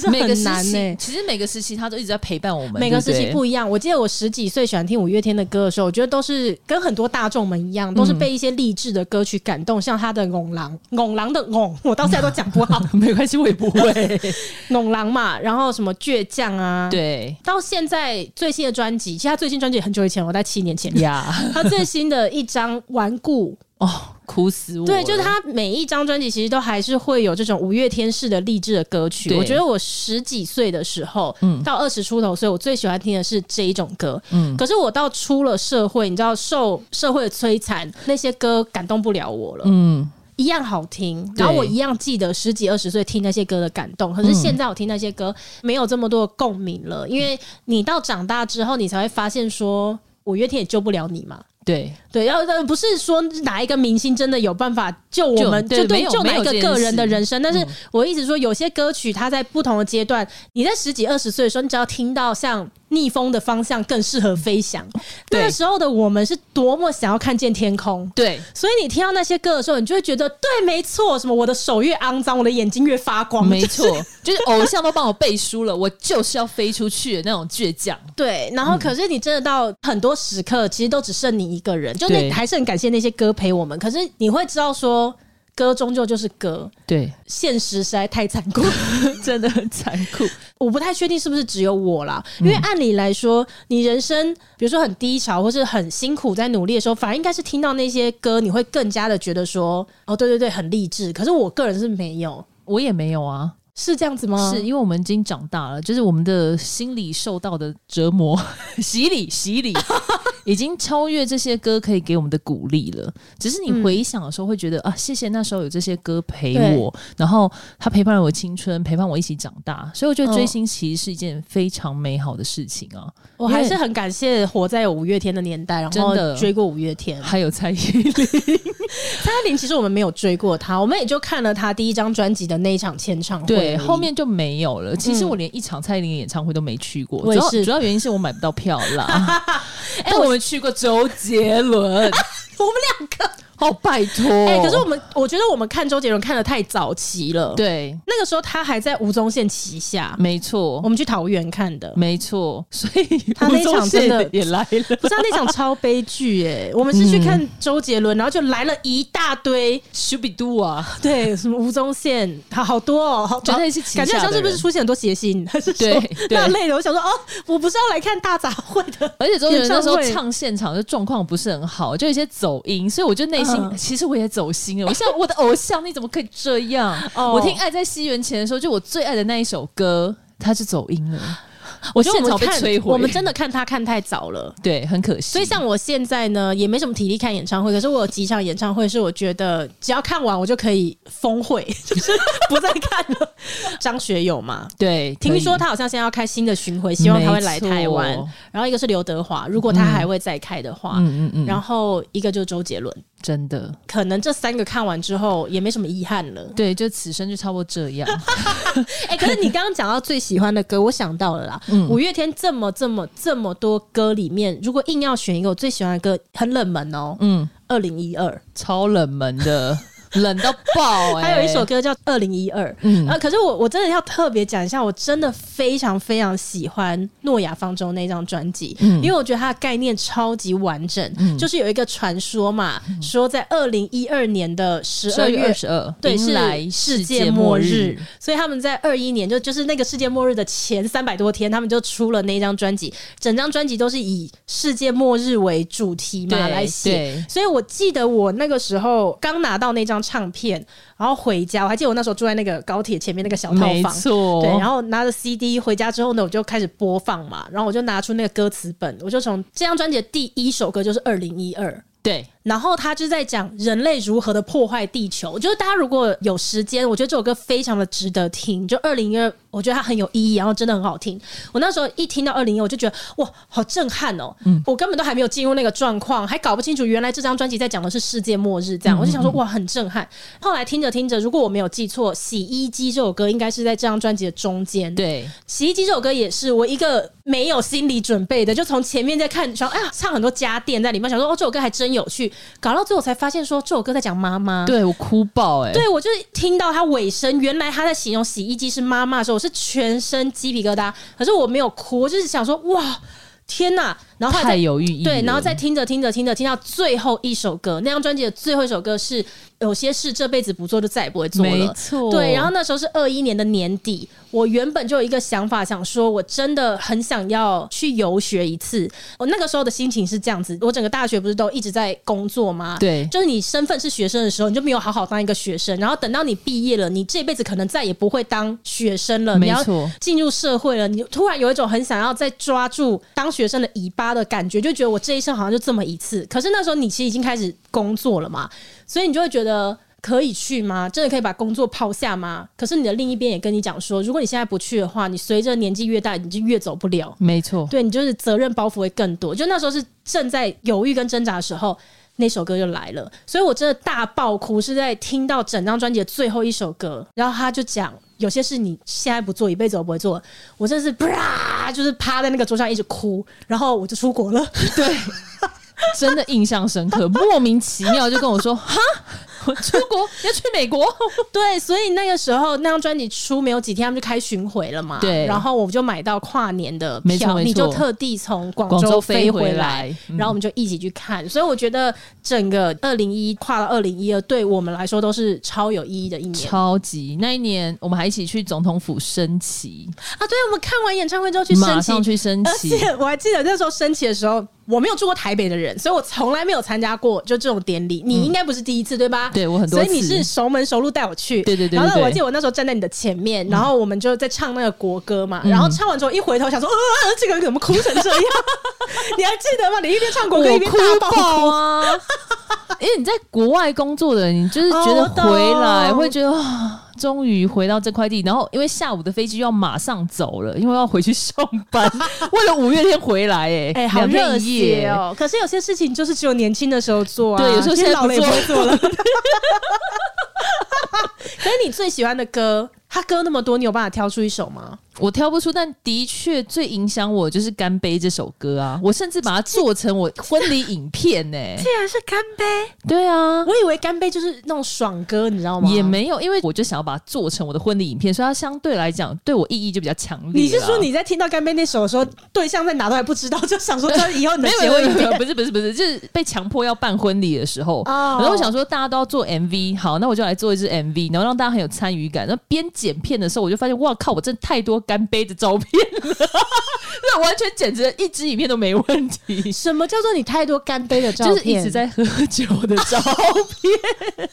[SPEAKER 1] [laughs] 这
[SPEAKER 2] 每个
[SPEAKER 1] 很
[SPEAKER 2] 时
[SPEAKER 1] 难呢、
[SPEAKER 2] 期其实每个时期他都一直在陪伴我们，
[SPEAKER 1] 每个
[SPEAKER 2] 对
[SPEAKER 1] 时
[SPEAKER 2] 欸对
[SPEAKER 1] 期不一样。我记得我十几岁喜欢听五月天的歌的时候，我觉得都是跟很多大众们一样，
[SPEAKER 2] 嗯
[SPEAKER 1] 都是被一些励志的歌曲感动，像他的《拱狼》，《拱狼》的“拱”，我到现在都讲
[SPEAKER 2] [laughs]
[SPEAKER 1] 不好，《
[SPEAKER 2] 没关系，我也不会。
[SPEAKER 1] 拱狼》嘛，然后什么倔强啊，。
[SPEAKER 2] [laughs] 对
[SPEAKER 1] 到现在最新的专辑，其实他最新专辑也很久以前，我在七年前。
[SPEAKER 2] 呀，
[SPEAKER 1] 他最新的一张《顽固
[SPEAKER 2] 哦，哭死》，我了！
[SPEAKER 1] 对，就是他每一张专辑其实都还是会有这种五月天式的励志的歌曲。
[SPEAKER 2] 对
[SPEAKER 1] 我觉得我十几岁的时候，到二十出头，所以我最喜欢听的是这一种歌。
[SPEAKER 2] 嗯
[SPEAKER 1] 可是我到出了社会，你知道受社会的摧残，那些歌感动不了我了，
[SPEAKER 2] 嗯，
[SPEAKER 1] 一样好听，
[SPEAKER 2] 对嗯
[SPEAKER 1] 然后我一样记得十几二十岁听那些歌的感动。可是现在我听那些歌没有这么多的共鸣了，因为你到长大之后，你才会发现说五月天也救不了你嘛。
[SPEAKER 2] 对，
[SPEAKER 1] 对，要呃不是说哪一个明星真的有办法救我们，
[SPEAKER 2] 救
[SPEAKER 1] 就
[SPEAKER 2] 对没有
[SPEAKER 1] 救哪一
[SPEAKER 2] 没有
[SPEAKER 1] 个
[SPEAKER 2] 这件
[SPEAKER 1] 个人的
[SPEAKER 2] 事嗯
[SPEAKER 1] 人生。但是我一直说，有些歌曲它在不同的阶段，你在十几二十岁的时候，你只要听到像逆风的方向更适合飞翔，那个
[SPEAKER 2] 对
[SPEAKER 1] 时候的我们是多么想要看见天空。
[SPEAKER 2] 对，
[SPEAKER 1] 所以你听到那些歌的时候，你就会觉得对，没错，什么我的手越肮脏，我的眼睛越发光，
[SPEAKER 2] 没错，就是偶像都帮我背书了，我就是要飞出去的那种倔强。
[SPEAKER 1] 对，然后可是你真的到很多时刻，其实都只剩你一个人，就那
[SPEAKER 2] 对
[SPEAKER 1] 还是很感谢那些歌陪我们。可是你会知道说，歌终究就是歌， [laughs]
[SPEAKER 2] 对，
[SPEAKER 1] 现实实在太残酷。 [laughs]
[SPEAKER 2] 真的很残酷。
[SPEAKER 1] 我不太确定是不是只有我啦，因为按理来说，你人生比如说很低潮或是很辛苦在努力的时候，反而应该是听到那些歌，你会更加的觉得说，哦，对对对，很励志。可是我个人是没有，
[SPEAKER 2] 我也没有啊，
[SPEAKER 1] 是这样子吗？
[SPEAKER 2] 是因为我们已经长大了，就是我们的心理受到的折磨、 [laughs] 洗礼、洗礼，已经超越这些歌可以给我们的鼓励了。只是你回想的时候，会觉得、啊，谢谢那时候有这些歌陪我，然后它陪伴了我青春，陪伴我一起长大。所以我觉得追星其实是一件非常美好的事情啊。
[SPEAKER 1] 我还是很感谢活在有五月天的年代，然后
[SPEAKER 2] 真的
[SPEAKER 1] 追过五月天。
[SPEAKER 2] 还有蔡依林，
[SPEAKER 1] 蔡依林其实我们没有追过她，我们也就看了她第一张专辑的那一场签唱会而已。
[SPEAKER 2] 对，后面就没有了。其实我连一场蔡依林演唱会都没去过，
[SPEAKER 1] 我
[SPEAKER 2] 主
[SPEAKER 1] 也
[SPEAKER 2] 要
[SPEAKER 1] 是
[SPEAKER 2] 主要原因是我买不到票啦。哎、我们去过周杰伦，
[SPEAKER 1] 我们两个，
[SPEAKER 2] 哦，拜托。
[SPEAKER 1] 哎、可是我们我觉得我们看周杰伦看的太早期了，，
[SPEAKER 2] 对，嗯
[SPEAKER 1] 那个时候他还在吴宗宪旗下，
[SPEAKER 2] 没
[SPEAKER 1] 我
[SPEAKER 2] 错，
[SPEAKER 1] 们去桃园看的。
[SPEAKER 2] 没错。所以
[SPEAKER 1] 他那
[SPEAKER 2] 吴宗
[SPEAKER 1] 场真的
[SPEAKER 2] 宪也来了，
[SPEAKER 1] 不是、啊、那场超悲剧哎、 [laughs] 我们是去看周杰伦，然后就来了一大堆，
[SPEAKER 2] 徐比度啊，
[SPEAKER 1] 对，什么吴宗宪，好好多哦，好
[SPEAKER 2] 就那些旗
[SPEAKER 1] 感觉好
[SPEAKER 2] 下
[SPEAKER 1] 像
[SPEAKER 2] 的
[SPEAKER 1] 是不是
[SPEAKER 2] 人
[SPEAKER 1] 出现很多谐星，还是说
[SPEAKER 2] 对对
[SPEAKER 1] [laughs] 那类的？我想说哦，我不是要来看大杂烩的，
[SPEAKER 2] 而且周杰伦那时候
[SPEAKER 1] 演唱会
[SPEAKER 2] 唱现场的状况不是很好，就有一些走音，所以我就内心、
[SPEAKER 1] 嗯
[SPEAKER 2] 其实我也走心了。我像我的偶像，你怎么可以这样？
[SPEAKER 1] 哦
[SPEAKER 2] 我听《爱在西元前》的时候，就我最爱的那一首歌，它是走音了，我
[SPEAKER 1] 觉得
[SPEAKER 2] 现
[SPEAKER 1] 我们
[SPEAKER 2] 场被
[SPEAKER 1] 看
[SPEAKER 2] 摧毁。
[SPEAKER 1] 我们真的看他看太早了。
[SPEAKER 2] [laughs] 对，很可惜。
[SPEAKER 1] 所以像我现在呢，也没什么体力看演唱会，可是我有几场演唱会是我觉得只要看完我就可以峰会， [laughs] 就是不再看了。张学友嘛，
[SPEAKER 2] 对，可
[SPEAKER 1] 听
[SPEAKER 2] 以
[SPEAKER 1] 说他好像现在要开新的巡回，希望他会来台湾
[SPEAKER 2] 没错。嗯
[SPEAKER 1] 然后一个是刘德华，如果他还会再开的话，
[SPEAKER 2] 嗯嗯嗯，
[SPEAKER 1] 然后一个就是周杰伦。
[SPEAKER 2] 真的
[SPEAKER 1] 可能这三个看完之后也没什么遗憾了。
[SPEAKER 2] 对，就此生就差不多这
[SPEAKER 1] [laughs]
[SPEAKER 2] 样。
[SPEAKER 1] 哎、可是你刚刚讲到最喜欢的歌，我想到了啦。
[SPEAKER 2] 嗯
[SPEAKER 1] 五月天这么这么这么多歌里面，如果硬要选一个我最喜欢的歌，很冷门哦。
[SPEAKER 2] 嗯，
[SPEAKER 1] 二零一二，
[SPEAKER 2] 超冷门的，冷到
[SPEAKER 1] [laughs]
[SPEAKER 2] 爆、欸。
[SPEAKER 1] 还有一首歌叫《二零一二》，
[SPEAKER 2] 嗯
[SPEAKER 1] 啊，可是我我真的要特别讲一下，我真的非常非常喜欢诺亚方舟那张专辑，
[SPEAKER 2] 嗯
[SPEAKER 1] 因为我觉得它的概念超级完整，就是有一个传说嘛，说在二零一二年的十
[SPEAKER 2] 嗯十
[SPEAKER 1] 二
[SPEAKER 2] 二月
[SPEAKER 1] 月
[SPEAKER 2] 二。十二，
[SPEAKER 1] 对，
[SPEAKER 2] 迎
[SPEAKER 1] 是
[SPEAKER 2] 来
[SPEAKER 1] 世界
[SPEAKER 2] 界
[SPEAKER 1] 末
[SPEAKER 2] 日
[SPEAKER 1] 日。，所以他们在二一年就就是那个世界末日的前三百多天，他们就出了那张专辑，整张专辑都是以世界末日为主题嘛
[SPEAKER 2] 对
[SPEAKER 1] 来写。
[SPEAKER 2] 对
[SPEAKER 1] 所以我记得我那个时候刚拿到那张唱片，然后回家，我还记得我那时候住在那个高铁前面那个小套
[SPEAKER 2] 没
[SPEAKER 1] 房。
[SPEAKER 2] 错，
[SPEAKER 1] 对，然后拿着 CD 回家之后呢，我就开始播放嘛，然后我就拿出那个歌词本，我就从这张专辑的第一首歌就是《二零一二》，
[SPEAKER 2] 对
[SPEAKER 1] 然后他就在讲人类如何的破坏地球。就是大家如果有时间，我觉得这首歌非常的值得听。就二零一二，我觉得它很有意义，然后真的很好听。我那时候一听到二零一，我就觉得哇，好震撼哦！我根本都还没有进入那个状况，还搞不清楚原来这张专辑在讲的是世界末日，这样我就想说哇，很震撼。后来听着听着，如果我没有记错，《洗衣机》这首歌应该是在这张专辑的中间。
[SPEAKER 2] 对，
[SPEAKER 1] 洗衣机这首歌也是我一个没有心理准备的，就从前面在看，想哎呀，唱很多家电在里面，想说哦，这首歌还真有趣。搞到最后才发现说，这首歌在讲妈妈。
[SPEAKER 2] 对我哭爆哎、欸，
[SPEAKER 1] 对，我就是听到它尾声，原来他在形容洗衣机是妈妈的时候，我是全身鸡皮疙瘩，可是我没有哭，我就是想说哇，天哪！然后后来
[SPEAKER 2] 太
[SPEAKER 1] 再
[SPEAKER 2] 有寓意了，
[SPEAKER 1] 对，然后再听着听着听着，听到最后一首歌，那张专辑的最后一首歌是有些事这辈子不做就再也不会做
[SPEAKER 2] 没
[SPEAKER 1] 了。
[SPEAKER 2] 错，
[SPEAKER 1] 对，然后那时候是二一年的年底，我原本就有一个想法，想说我真的很想要去游学一次。我那个时候的心情是这样子，我整个大学不是都一直在工作吗？
[SPEAKER 2] 对
[SPEAKER 1] 就是你身份是学生的时候，你就没有好好当一个学生，然后等到你毕业了，你这辈子可能再也不会当学生了，
[SPEAKER 2] 没
[SPEAKER 1] 你要
[SPEAKER 2] 错
[SPEAKER 1] 进入社会了，你就突然有一种很想要再抓住当学生的尾巴的感觉，就觉得我这一生好像就这么一次。可是那时候你其实已经开始工作了嘛，所以你就会觉得。可以去吗？真的可以把工作抛下吗？可是你的另一边也跟你讲说，如果你现在不去的话，你随着年纪越大，你就越走不了。
[SPEAKER 2] 没错，
[SPEAKER 1] 对你就是责任包袱会更多。就那时候是正在犹豫跟挣扎的时候，那首歌就来了，所以我真的大爆哭，是在听到整张专辑的最后一首歌，然后他就讲。有些事你现在不做，一辈子都不会做。我真的是啪，就是趴在那个桌上一直哭，然后我就出国了。
[SPEAKER 2] 对，真的印象
[SPEAKER 1] [laughs]
[SPEAKER 2] 深刻，莫名其妙就跟我说：“哈，我出国要去美国。
[SPEAKER 1] 对，所以那个时候那张专辑出没有几天，他们就开巡回了嘛。
[SPEAKER 2] 对
[SPEAKER 1] 然后我们就买到跨年的
[SPEAKER 2] 没错
[SPEAKER 1] 票，
[SPEAKER 2] 没
[SPEAKER 1] 你就
[SPEAKER 2] 错
[SPEAKER 1] 特地从广
[SPEAKER 2] 广州
[SPEAKER 1] 州
[SPEAKER 2] 飞
[SPEAKER 1] 飞
[SPEAKER 2] 回
[SPEAKER 1] 回
[SPEAKER 2] 来
[SPEAKER 1] 来，
[SPEAKER 2] 嗯
[SPEAKER 1] 然后我们就一起去看。所以我觉得整个二零一跨到二零一二，对我们来说都是超有意义的一”年
[SPEAKER 2] 超级那一年，我们还一起去总统府升旗，
[SPEAKER 1] 啊！对，我们看完演唱会之后去
[SPEAKER 2] 马
[SPEAKER 1] 升
[SPEAKER 2] 上
[SPEAKER 1] 旗。
[SPEAKER 2] 去升呃
[SPEAKER 1] 而
[SPEAKER 2] 旗，
[SPEAKER 1] 且我还记得那时候升旗的时候，我没有住过台北的人，所以我从来没有参加过就这种典礼。你应该不是第一次对吧？
[SPEAKER 2] 嗯对我很多
[SPEAKER 1] 所以你
[SPEAKER 2] 次
[SPEAKER 1] 是熟门熟路带我去。
[SPEAKER 2] 对对对
[SPEAKER 1] 然
[SPEAKER 2] 对
[SPEAKER 1] 后
[SPEAKER 2] 对
[SPEAKER 1] 我记得我那时候站在你的前面，然后我们就在唱那个国歌嘛，
[SPEAKER 2] 嗯
[SPEAKER 1] 然后唱完之后一回头想说，呃，这个人怎么哭成这
[SPEAKER 2] [laughs]
[SPEAKER 1] 样？你还记得吗？你一边唱国歌一边
[SPEAKER 2] 哭
[SPEAKER 1] 大爆
[SPEAKER 2] 爆
[SPEAKER 1] 哭。
[SPEAKER 2] 啊！ [laughs] 因为你在国外工作的，你就是觉
[SPEAKER 1] 哦
[SPEAKER 2] 得
[SPEAKER 1] 我懂
[SPEAKER 2] 回来会觉得啊，终于回到这块地。然后因为下午的飞机又要马上走了，因为要回去上班， [laughs] 为了五月天回来、欸，
[SPEAKER 1] 哎、
[SPEAKER 2] 哎、
[SPEAKER 1] 好热血
[SPEAKER 2] 夜！
[SPEAKER 1] 哦！可是有些事情就是只有年轻的时候做啊，
[SPEAKER 2] 对有时候
[SPEAKER 1] 其实
[SPEAKER 2] 现在
[SPEAKER 1] 老
[SPEAKER 2] 不
[SPEAKER 1] 了也不
[SPEAKER 2] 做
[SPEAKER 1] 会做
[SPEAKER 2] [laughs]
[SPEAKER 1] 了。可是你最喜欢的歌，他歌那么多，你有办法挑出一首吗？
[SPEAKER 2] 我挑不出，但的确最影响我就是《干杯》这首歌啊！我甚至把它做成我婚礼影片
[SPEAKER 1] [laughs]
[SPEAKER 2] 呢、
[SPEAKER 1] 竟然啊是干杯！
[SPEAKER 2] 对啊，
[SPEAKER 1] 我以为干杯就是那种爽歌，你知道吗？
[SPEAKER 2] 也。没有，因为我就想要把它做成我的婚礼影片，所以它相对来讲对我意义就比较强烈啦。
[SPEAKER 1] 你是说你在听到干杯那首的时候，对象在哪都还不知道，就
[SPEAKER 2] [laughs]
[SPEAKER 1] 想说这以后你的
[SPEAKER 2] 没有
[SPEAKER 1] 结
[SPEAKER 2] 没
[SPEAKER 1] 婚
[SPEAKER 2] 有没有，
[SPEAKER 1] 影
[SPEAKER 2] 不是不是不是，就是被强迫要办婚礼的时候，
[SPEAKER 1] 哦
[SPEAKER 2] 然后我想说大家都要做 MV，好，那我就来做一支 MV，然后让大家很有参与感。然后边剪片的时候，我就发现，哇靠，我真的太多干杯的照片了， [laughs] 那完全简直一支影片都没问题，
[SPEAKER 1] 什么叫做你太多干杯的 [laughs] 照
[SPEAKER 2] 就
[SPEAKER 1] 片？
[SPEAKER 2] 是一直在喝酒的
[SPEAKER 1] [laughs]
[SPEAKER 2] 照片。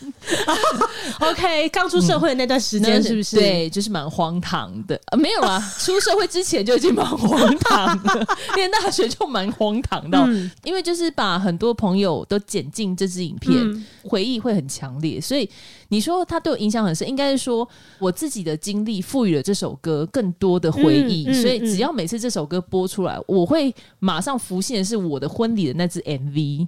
[SPEAKER 1] OK，刚出社会的那段时间是不是？，
[SPEAKER 2] 嗯对，就是蛮荒唐的、啊没有啦，
[SPEAKER 1] [laughs]
[SPEAKER 2] 出社会之前就已经蛮荒唐的， [laughs] 念大学就蛮荒唐的哦、
[SPEAKER 1] 嗯
[SPEAKER 2] 因为就是把很多朋友都剪进这支影片，
[SPEAKER 1] 嗯
[SPEAKER 2] 回忆会很强烈，所以你说它对我影响很深，应该是说我自己的经历赋予了这首歌更多的回忆，
[SPEAKER 1] 嗯嗯
[SPEAKER 2] 所以
[SPEAKER 1] 嗯
[SPEAKER 2] 只要每次这首歌播出来，我会马上浮现的是我的婚礼的那支 MV。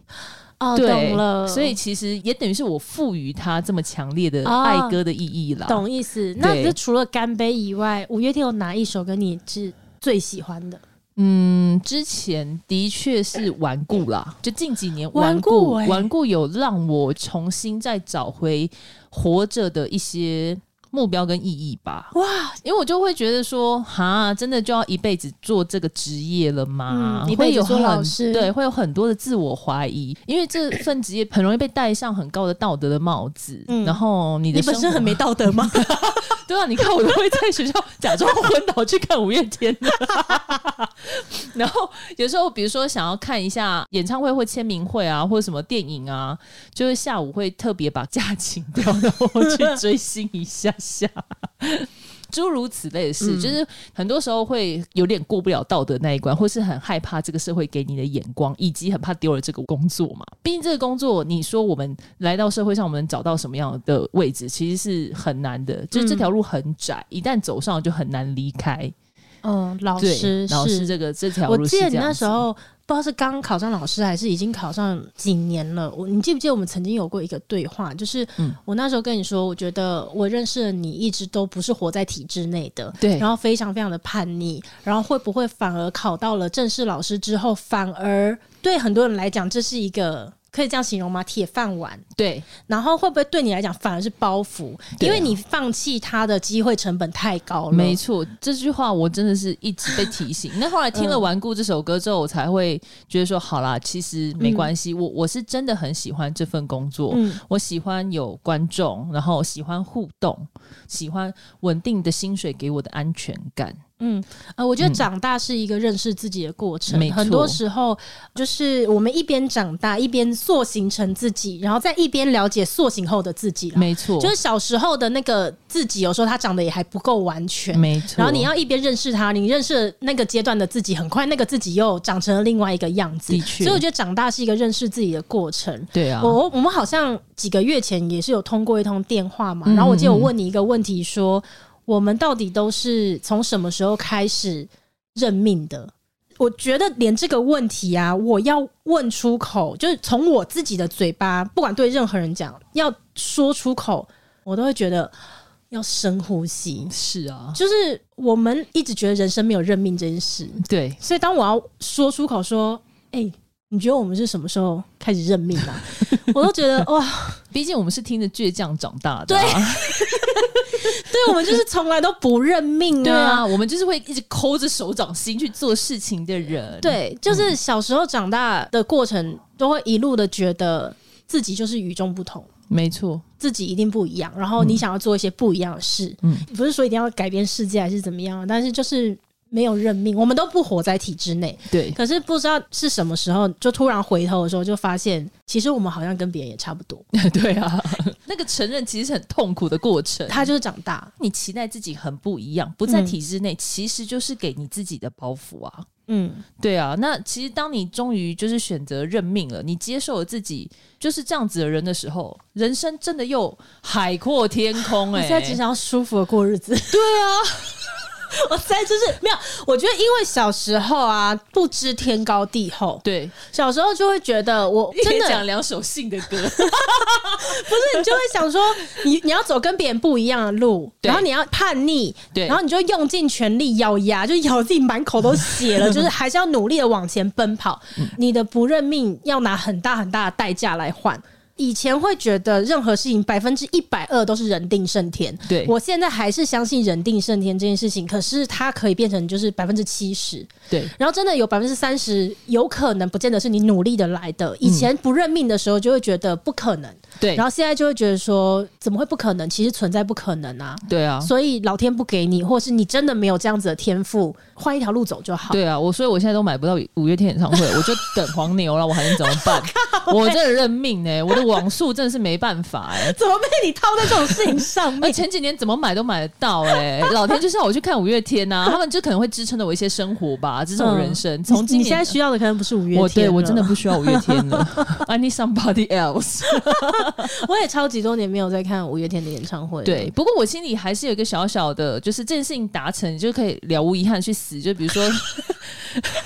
[SPEAKER 1] 哦，
[SPEAKER 2] 对，
[SPEAKER 1] 懂了，
[SPEAKER 2] 所以其实也等于是我赋予它这么强烈的爱歌的意义啦。
[SPEAKER 1] 啊懂意思。那
[SPEAKER 2] 对
[SPEAKER 1] 就除了干杯以外，五月天有哪一首歌你是最喜欢的？
[SPEAKER 2] 嗯，之前的确是顽固啦，就近几年
[SPEAKER 1] 嗯顽
[SPEAKER 2] 顽
[SPEAKER 1] 固
[SPEAKER 2] 固，
[SPEAKER 1] 欸
[SPEAKER 2] 顽固有让我重新再找回活着的一些目标跟意义吧。
[SPEAKER 1] 哇，
[SPEAKER 2] 因为我就会觉得说，哈，真的就要一辈子做这个职业了吗？
[SPEAKER 1] 嗯一辈
[SPEAKER 2] 会
[SPEAKER 1] 子
[SPEAKER 2] 有
[SPEAKER 1] 做
[SPEAKER 2] 很
[SPEAKER 1] 老师
[SPEAKER 2] 对，会有很多的自我怀疑，因为这份职业 [coughs] 很容易被戴上很高的道德的帽子，
[SPEAKER 1] 嗯
[SPEAKER 2] 然后你的
[SPEAKER 1] 你本身
[SPEAKER 2] 生活
[SPEAKER 1] 很没道德吗？
[SPEAKER 2] [laughs] 对啊，你看我都会在学校假装昏倒去看五月天， [laughs] 然后有时候比如说想要看一下演唱会或签名会啊，或者什么电影啊，就是下午会特别把假请掉，然后去追星一下下。诸如此类的事，就是很多时候会有点过不了道德那一关，或是很害怕这个社会给你的眼光，以及很怕丢了这个工作嘛。毕竟这个工作，你说我们来到社会上，我们找到什么样的位置，其实是很难的，就是这条路很窄，一旦走上就很难离开。
[SPEAKER 1] [laughs] 嗯，老
[SPEAKER 2] 对，
[SPEAKER 1] 师
[SPEAKER 2] 老师
[SPEAKER 1] 是。
[SPEAKER 2] 这个这条
[SPEAKER 1] 我
[SPEAKER 2] 路是
[SPEAKER 1] 记
[SPEAKER 2] 这
[SPEAKER 1] 得
[SPEAKER 2] 样
[SPEAKER 1] 你那
[SPEAKER 2] 子。
[SPEAKER 1] 时候不知道是刚考上老师还是已经考上几年了。我你记不记得我们曾经有过一个对话？就是
[SPEAKER 2] 嗯
[SPEAKER 1] 我那时候跟你说，我觉得我认识的你一直都不是活在体制内的，
[SPEAKER 2] 对
[SPEAKER 1] 然后非常非常的叛逆，然后会不会反而考到了正式老师之后，反而对很多人来讲，这是一个可以这样形容吗？铁饭碗。
[SPEAKER 2] 对，
[SPEAKER 1] 然后会不会对你来讲反而是包袱？
[SPEAKER 2] 对
[SPEAKER 1] 因
[SPEAKER 2] 啊
[SPEAKER 1] 为你放弃他的机会成本太高了。
[SPEAKER 2] 没错，这句话我真的是一直被
[SPEAKER 1] [laughs]
[SPEAKER 2] 提醒。那后来听了《顽固》这首歌之后，我才会觉得说，好啦，其实没关系，我我是真的很喜欢这份工作。
[SPEAKER 1] 嗯，
[SPEAKER 2] 我喜欢有观众，然后喜欢互动，喜欢稳定的薪水给我的安全感。
[SPEAKER 1] 嗯，呃，我觉
[SPEAKER 2] 嗯
[SPEAKER 1] 得长大是一个认识自己的过程，
[SPEAKER 2] 没
[SPEAKER 1] 很多
[SPEAKER 2] 错
[SPEAKER 1] 时候就是我们一边长大，一边塑形成自己，然后再一边了解塑形后的自己啦。
[SPEAKER 2] 没错，
[SPEAKER 1] 哦就是小时候的那个自己，有时候他长得也还不够完全，
[SPEAKER 2] 没错。
[SPEAKER 1] 然后你要一边认识他，你认识了那个阶段的自己，很快那个自己又长成了另外一个样子
[SPEAKER 2] 的。确
[SPEAKER 1] 所以我觉得长大是一个认识自己的过程。
[SPEAKER 2] 对啊，
[SPEAKER 1] 我我们好像几个月前也是有通过一通电话嘛，
[SPEAKER 2] 嗯
[SPEAKER 1] 然后我记得我问你一个问题说，我们到底都是从什么时候开始认命的？我觉得连这个问题啊，我要问出口，就是从我自己的嘴巴，不管对任何人讲，要说出口，我都会觉得要深呼吸。
[SPEAKER 2] 是啊，
[SPEAKER 1] 就是我们一直觉得人生没有认命这件事，
[SPEAKER 2] 对，
[SPEAKER 1] 所以当我要说出口说：“哎、你觉得我们是什么时候开始认命啊？” [laughs] 我都觉得哇，
[SPEAKER 2] 毕竟我们是听着倔强长大 [laughs] 的、啊，
[SPEAKER 1] 对我们就是从来都不认命啊。
[SPEAKER 2] 对啊，我们就是会一直抠着手掌心去做事情的人。
[SPEAKER 1] 对，就是小时候长大的过程，都会一路的觉得自己就是与众不同。
[SPEAKER 2] 没错，
[SPEAKER 1] 自己一定不一样，然后你想要做一些不一样的事，
[SPEAKER 2] 嗯
[SPEAKER 1] 不是说一定要改变世界还是怎么样，但是就是没有认命，我们都不活在体制内，
[SPEAKER 2] 对， [laughs]
[SPEAKER 1] 可是不知道是什么时候，就突然回头的时候，就发现其实我们好像跟别人也差不多，
[SPEAKER 2] 对啊，那个承认其实是很痛苦的过程。
[SPEAKER 1] 他就是长大，
[SPEAKER 2] 你期待自己很不一样，不在
[SPEAKER 1] 嗯
[SPEAKER 2] 体制内，其实就是给你自己的包袱啊。
[SPEAKER 1] 嗯，
[SPEAKER 2] 对啊，那其实当你终于就是选择认命了，你接受了自己就是这样子的人的时候，人生真的又海阔天空
[SPEAKER 1] 我
[SPEAKER 2] [laughs] 哎、
[SPEAKER 1] 现在只想要舒服的过日子。对啊， [laughs] 我现在就是没有。我觉得因为小时候啊，不知天高地厚，
[SPEAKER 2] [laughs] 对，
[SPEAKER 1] 小时候就会觉得我真
[SPEAKER 2] 真的
[SPEAKER 1] 的
[SPEAKER 2] 讲两首信的歌，
[SPEAKER 1] 不是，你就会想说，你你要走跟别人不一样的路，
[SPEAKER 2] 对
[SPEAKER 1] 然后你要叛逆，
[SPEAKER 2] 对
[SPEAKER 1] 然后你就用尽全力咬牙，就咬自己满口都血了，就是还是要努力的往前奔跑。
[SPEAKER 2] 嗯
[SPEAKER 1] 你的不认命要拿很大很大的代价来换。以前会觉得任何事情百分之一百二都是人定胜天，
[SPEAKER 2] 对
[SPEAKER 1] 我现在还是相信人定胜天这件事情，可是它可以变成就是百分之七十，
[SPEAKER 2] 对
[SPEAKER 1] 然后真的有百分之三十有可能不见得是你努力的来的。
[SPEAKER 2] 嗯
[SPEAKER 1] 以前不认命的时候就会觉得不可能，
[SPEAKER 2] [laughs] 对
[SPEAKER 1] 然后现在就会觉得说，怎么会不可能？其实存在不可能啊！
[SPEAKER 2] 对啊，
[SPEAKER 1] 所以老天不给你，或是你真的没有这样子的天赋，换一条路走就好。
[SPEAKER 2] 对啊，我所以我现在都买不到五月天演唱
[SPEAKER 1] [laughs]
[SPEAKER 2] 会，我就等黄牛了，我还能怎么办？我真的认命哎、我的网速真的是没办法哎、
[SPEAKER 1] [laughs] 怎么被你套在这种事情上
[SPEAKER 2] 哎， [laughs]
[SPEAKER 1] 面？
[SPEAKER 2] 前几年怎么买都买得到哎、老天就是要我去看五月天
[SPEAKER 1] [laughs]
[SPEAKER 2] 呐、他们就可能会支撑着我一些生活吧，支撑我人生。从、今
[SPEAKER 1] 嗯你
[SPEAKER 2] 年
[SPEAKER 1] 你现在需要的可能不是五月天
[SPEAKER 2] 我对
[SPEAKER 1] 了
[SPEAKER 2] 我真的，不需要五月天了 [laughs] ，I need somebody else。
[SPEAKER 1] [laughs] 我也超级多年没有在看五月天的演唱会了。
[SPEAKER 2] 对，不过我心里还是有一个小小的，就是这件事情达成，你就可以了无遗憾去死。就比如说，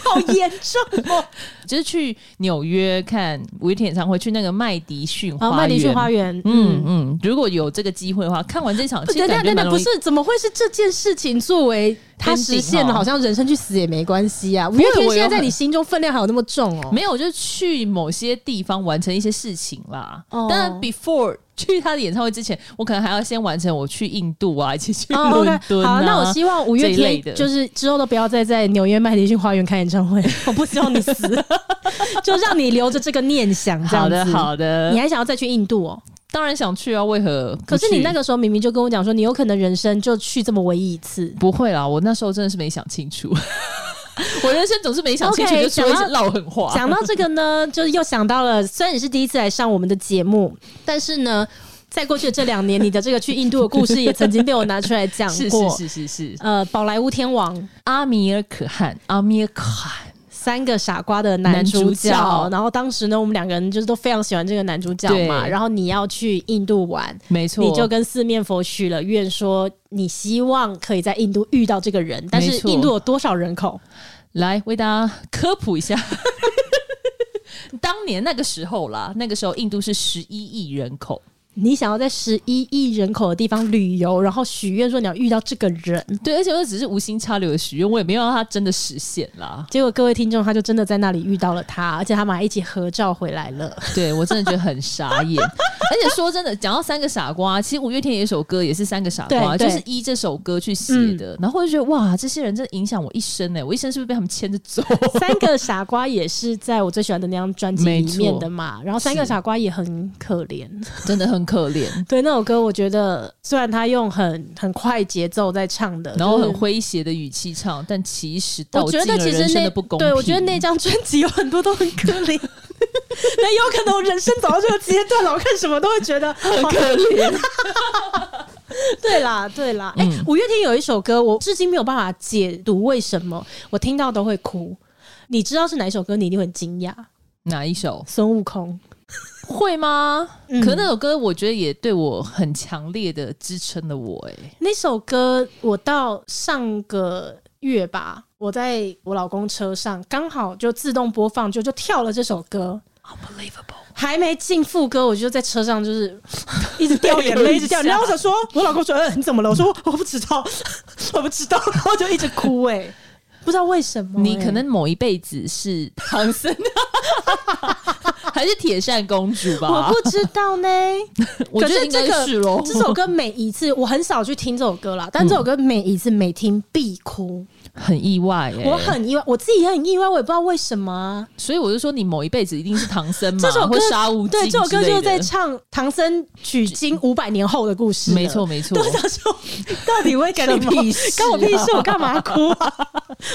[SPEAKER 1] 好严重哦！
[SPEAKER 2] 就是去纽约看五月天演唱会，去那个麦迪逊
[SPEAKER 1] 然后
[SPEAKER 2] [laughs] 花
[SPEAKER 1] 哦麦迪逊
[SPEAKER 2] 园。
[SPEAKER 1] 花园，
[SPEAKER 2] 嗯
[SPEAKER 1] 嗯。
[SPEAKER 2] 嗯，如果有这个机会的话，看完这场，
[SPEAKER 1] 不
[SPEAKER 2] 其
[SPEAKER 1] 等
[SPEAKER 2] 实
[SPEAKER 1] 等
[SPEAKER 2] 感觉
[SPEAKER 1] 等等，
[SPEAKER 2] 蛮容
[SPEAKER 1] 不
[SPEAKER 2] 易
[SPEAKER 1] 是怎么会是这件事情作为他
[SPEAKER 2] Ending
[SPEAKER 1] 实现了？
[SPEAKER 2] 哦
[SPEAKER 1] 好像人生去死也没关系啊！五月
[SPEAKER 2] 我
[SPEAKER 1] 天
[SPEAKER 2] 有
[SPEAKER 1] 现在在
[SPEAKER 2] 很
[SPEAKER 1] 你心中分量还有那么重哦？
[SPEAKER 2] 没有，就是去某些地方完成一些事情啦。
[SPEAKER 1] 哦
[SPEAKER 2] 当然，before 去他的演唱会之前，我可能还要先完成我去印度啊，以及去
[SPEAKER 1] 哦
[SPEAKER 2] 伦
[SPEAKER 1] ，OK，
[SPEAKER 2] 敦、啊
[SPEAKER 1] 好，那我希望五
[SPEAKER 2] 这
[SPEAKER 1] 月
[SPEAKER 2] 一类
[SPEAKER 1] 天
[SPEAKER 2] 的
[SPEAKER 1] 就是之后都不要再在纽约麦迪逊花园开演唱会，我不希望
[SPEAKER 2] [laughs]
[SPEAKER 1] 你死，就让你留着这个念想。这
[SPEAKER 2] 好
[SPEAKER 1] 样子
[SPEAKER 2] 的，好
[SPEAKER 1] 你
[SPEAKER 2] 的，
[SPEAKER 1] 还想要再去印度哦？
[SPEAKER 2] 当然想去啊，为何
[SPEAKER 1] 可
[SPEAKER 2] 不去？
[SPEAKER 1] 是你那个时候明明就跟我讲说，你有可能人生就去这么唯一一次。
[SPEAKER 2] 不会啦，我那时候真的是没想清楚。 [laughs] 我人生总是没想清楚
[SPEAKER 1] OK，
[SPEAKER 2] 就只会
[SPEAKER 1] 讲到
[SPEAKER 2] 唠狠话。
[SPEAKER 1] 讲到这个呢，就是又想到了，虽然你是第一次来上我们的节目，但是呢，在过去的这两年，你的这个去印度的故事也曾经被我拿出来讲
[SPEAKER 2] [laughs] 是
[SPEAKER 1] 过。
[SPEAKER 2] 是是是是，
[SPEAKER 1] 呃，宝莱坞天王
[SPEAKER 2] 阿米尔可汗，阿米尔可汗，
[SPEAKER 1] 三个傻瓜的男主角，
[SPEAKER 2] 男主角
[SPEAKER 1] 然后当时呢，我们两个人就是都非常喜欢这个男主角嘛。
[SPEAKER 2] 对
[SPEAKER 1] 然后你要去印度玩，
[SPEAKER 2] 没错，
[SPEAKER 1] 你就跟四面佛许了愿，说你希望可以在印度遇到这个人。但是
[SPEAKER 2] 没错
[SPEAKER 1] 印度有多少人口？
[SPEAKER 2] 来为大家科普一下。 [laughs] 当年那个时候啦，那个时候印度是十一亿人口，
[SPEAKER 1] 你想要在十一亿人口的地方旅游，然后许愿说你要遇到这个人，
[SPEAKER 2] 对，而且我只是无心插柳的许愿，我也没有让它真的实现啦。
[SPEAKER 1] 结果各位听众他就真的在那里遇到了他，而且他们还一起合照回来
[SPEAKER 2] [laughs]
[SPEAKER 1] 了。
[SPEAKER 2] 对我真的觉得很傻眼， [laughs] 而且说真的，讲到三个傻瓜，其实五月天有一首歌也是三个傻瓜，
[SPEAKER 1] 对嗯
[SPEAKER 2] 就
[SPEAKER 1] 对
[SPEAKER 2] 是依这首歌去写的，然后我就觉得哇，这些人真的影响我一生欸呢、我一生是不是被他们牵着
[SPEAKER 1] [laughs]
[SPEAKER 2] 走？
[SPEAKER 1] 三个傻瓜也是在我最喜欢的那张专辑里面的嘛，然后三个傻瓜也很可怜。
[SPEAKER 2] 真的很可怜，
[SPEAKER 1] 对那首歌，我觉得虽然他用很很快节奏在唱的，
[SPEAKER 2] 然后很
[SPEAKER 1] 就是。
[SPEAKER 2] 诙谐的语气唱，但其实道
[SPEAKER 1] 我
[SPEAKER 2] 尽
[SPEAKER 1] 觉得
[SPEAKER 2] 了
[SPEAKER 1] 其
[SPEAKER 2] 人
[SPEAKER 1] 实
[SPEAKER 2] 生
[SPEAKER 1] 那
[SPEAKER 2] 的不公平。
[SPEAKER 1] 对我觉得那张专辑有很多都很可怜， [laughs] 那有可能我人生走到这个阶段了，我看什么都会觉得很可怜。对啦，对啦，哎、
[SPEAKER 2] 嗯
[SPEAKER 1] 五月天有一首歌，我至今没有办法解读为什么我听到都会哭。你知道是哪一首歌，你一定会很惊讶。
[SPEAKER 2] 哪一首？
[SPEAKER 1] 孙悟空，
[SPEAKER 2] 会吗？
[SPEAKER 1] 嗯
[SPEAKER 2] 可那首歌我觉得也对我很强烈的支撑了我、哎，
[SPEAKER 1] 那首歌我到上个月吧，我在我老公车上刚好就自动播放，就就跳了这首歌。Unbelievable！还没进副歌，我就在车上就是 [laughs] 一直掉眼
[SPEAKER 2] [laughs]
[SPEAKER 1] 泪，一直掉眼泪。然后我想说，我老公说：“呃，你怎么了？”我说：“我不知道， [laughs] 我不知道。”然后就一直哭、哎，不知道为什么、
[SPEAKER 2] 你
[SPEAKER 1] 哎
[SPEAKER 2] 可能某一辈子是唐僧，啊
[SPEAKER 1] [laughs]
[SPEAKER 2] 还是铁扇公主吧？
[SPEAKER 1] 我不知道呢。
[SPEAKER 2] [laughs] 我觉
[SPEAKER 1] 可
[SPEAKER 2] 得
[SPEAKER 1] 是
[SPEAKER 2] 应
[SPEAKER 1] 这
[SPEAKER 2] 该
[SPEAKER 1] 个
[SPEAKER 2] 是咯。
[SPEAKER 1] 这首歌每一次我很少去听这首歌
[SPEAKER 2] [laughs]
[SPEAKER 1] 啦，但这首歌每一次每听必哭，
[SPEAKER 2] 很意外、哎，
[SPEAKER 1] 我很意外，我自己也很意外，我也不知道为什么啊、
[SPEAKER 2] 所以我就说你某一辈子一定是唐僧嘛，
[SPEAKER 1] 这首歌
[SPEAKER 2] 或沙悟净
[SPEAKER 1] 对，这首歌
[SPEAKER 2] 之类
[SPEAKER 1] 就是
[SPEAKER 2] 的
[SPEAKER 1] 在唱唐僧取经五百年后的故事。
[SPEAKER 2] 没
[SPEAKER 1] [laughs]
[SPEAKER 2] 错，没错
[SPEAKER 1] 对，。我想说，到底会跟你
[SPEAKER 2] 干你屁事啊
[SPEAKER 1] 关我屁事，我干嘛哭啊？ [laughs]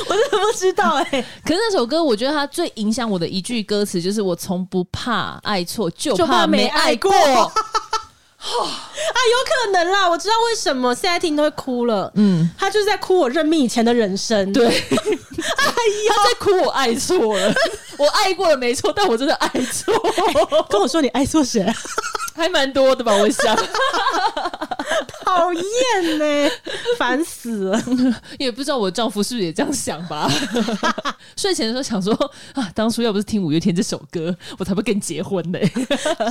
[SPEAKER 1] 我真的不知道哎、
[SPEAKER 2] 可是那首歌，我觉得它最影响我的一句歌词就是“我从不怕爱错，就
[SPEAKER 1] 就怕没
[SPEAKER 2] 没
[SPEAKER 1] 爱
[SPEAKER 2] 过
[SPEAKER 1] 过”。啊，有可能啦，我知道为什么现在听都会哭了。
[SPEAKER 2] 嗯，
[SPEAKER 1] 他就是在哭我认命以前的人生。
[SPEAKER 2] 对，
[SPEAKER 1] 哎呀，
[SPEAKER 2] 他在哭，我爱错了， [laughs] 我爱过了没错，但我真的爱错，
[SPEAKER 1] [laughs] 跟我说你爱错谁啊？
[SPEAKER 2] [laughs] 还蛮多的吧？我想 [laughs]
[SPEAKER 1] 讨厌呢，烦死了。
[SPEAKER 2] 也不知道我丈夫是不是也这样想吧。 [laughs] 睡前的时候想说啊，当初要不是听五月天这首歌，我才不会跟你结婚 [laughs] 呢、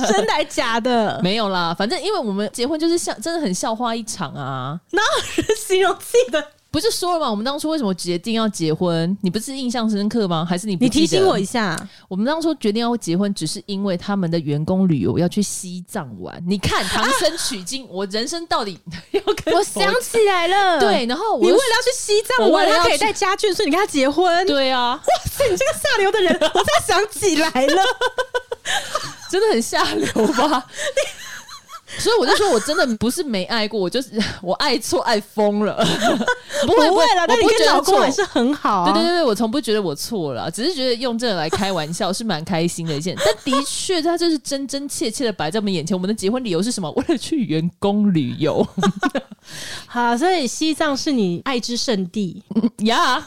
[SPEAKER 1] 真的还假的？
[SPEAKER 2] 没有啦，反正因为我们结婚就是像真的很笑话一场啊。
[SPEAKER 1] 哪有人形容自己的？
[SPEAKER 2] 不是说了吗？我们当初为什么决定要结婚？你不是印象深刻吗？还是你不
[SPEAKER 1] 你提
[SPEAKER 2] 记得
[SPEAKER 1] 醒我一下，
[SPEAKER 2] 我们当初决定要结婚，只是因为他们的员工旅游要去西藏玩。你看唐僧取经，我人生到底要跟
[SPEAKER 1] 我
[SPEAKER 2] 佛
[SPEAKER 1] 想起来了，
[SPEAKER 2] 对，然后我
[SPEAKER 1] 你为
[SPEAKER 2] 又
[SPEAKER 1] 了要去西藏
[SPEAKER 2] 我为
[SPEAKER 1] 玩，
[SPEAKER 2] 了要
[SPEAKER 1] 他可以
[SPEAKER 2] 去
[SPEAKER 1] 带家眷，所以你跟他结婚。哇
[SPEAKER 2] 对啊，
[SPEAKER 1] 塞，你这个下流的人，我才想起来了。
[SPEAKER 2] 真的很下流吧？所以我就说，我真的不是没爱过，我就是 [laughs] 我爱错爱疯了， [laughs] 不会
[SPEAKER 1] 不会了，
[SPEAKER 2] 我
[SPEAKER 1] 但你
[SPEAKER 2] 不觉
[SPEAKER 1] 跟
[SPEAKER 2] 得
[SPEAKER 1] 老公
[SPEAKER 2] 错
[SPEAKER 1] 还是很好啊。
[SPEAKER 2] 对对对对，我从不觉得我错了，只是觉得用这个来开玩笑是蛮开心的一件。但的确，它就是真真切切的摆在我们眼前。我们的结婚理由是什么？为了去员工旅游 [laughs]
[SPEAKER 1] 好，所以西藏是你爱之圣地。
[SPEAKER 2] 呀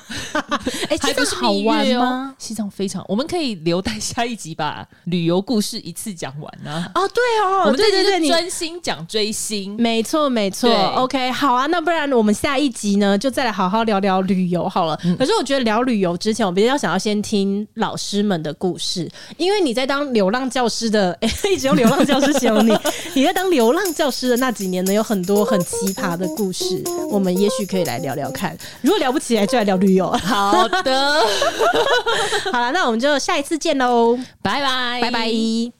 [SPEAKER 1] 哎，
[SPEAKER 2] 还
[SPEAKER 1] 西
[SPEAKER 2] 不
[SPEAKER 1] 藏
[SPEAKER 2] 是
[SPEAKER 1] 好玩
[SPEAKER 2] 蜜月哦
[SPEAKER 1] 吗？？
[SPEAKER 2] 西藏非常，我们可以留待下一集把 [laughs] 旅游故事一次讲完啊。
[SPEAKER 1] 哦，对哦，
[SPEAKER 2] 我们
[SPEAKER 1] 对对
[SPEAKER 2] 这集
[SPEAKER 1] 对，
[SPEAKER 2] 是
[SPEAKER 1] 你
[SPEAKER 2] 专心讲追星。
[SPEAKER 1] 没错，没错
[SPEAKER 2] 对。
[SPEAKER 1] OK，好啊，那不然我们下一集呢，就再来好好聊聊旅游好了。
[SPEAKER 2] 嗯
[SPEAKER 1] 可是我觉得聊旅游之前，我比较想要先听老师们的故事，因为你在当流浪教师的， [laughs] 哎、一直用流浪教师形
[SPEAKER 2] [laughs]
[SPEAKER 1] 容你，你在当流浪教师的那几年呢，有很多很奇葩的故事，我们也许可以来聊聊看。如果聊不起来，就来聊旅游。 [laughs]
[SPEAKER 2] 好的，
[SPEAKER 1] 好了，那我们就下一次见喽，
[SPEAKER 2] [laughs] 拜拜，
[SPEAKER 1] 拜拜。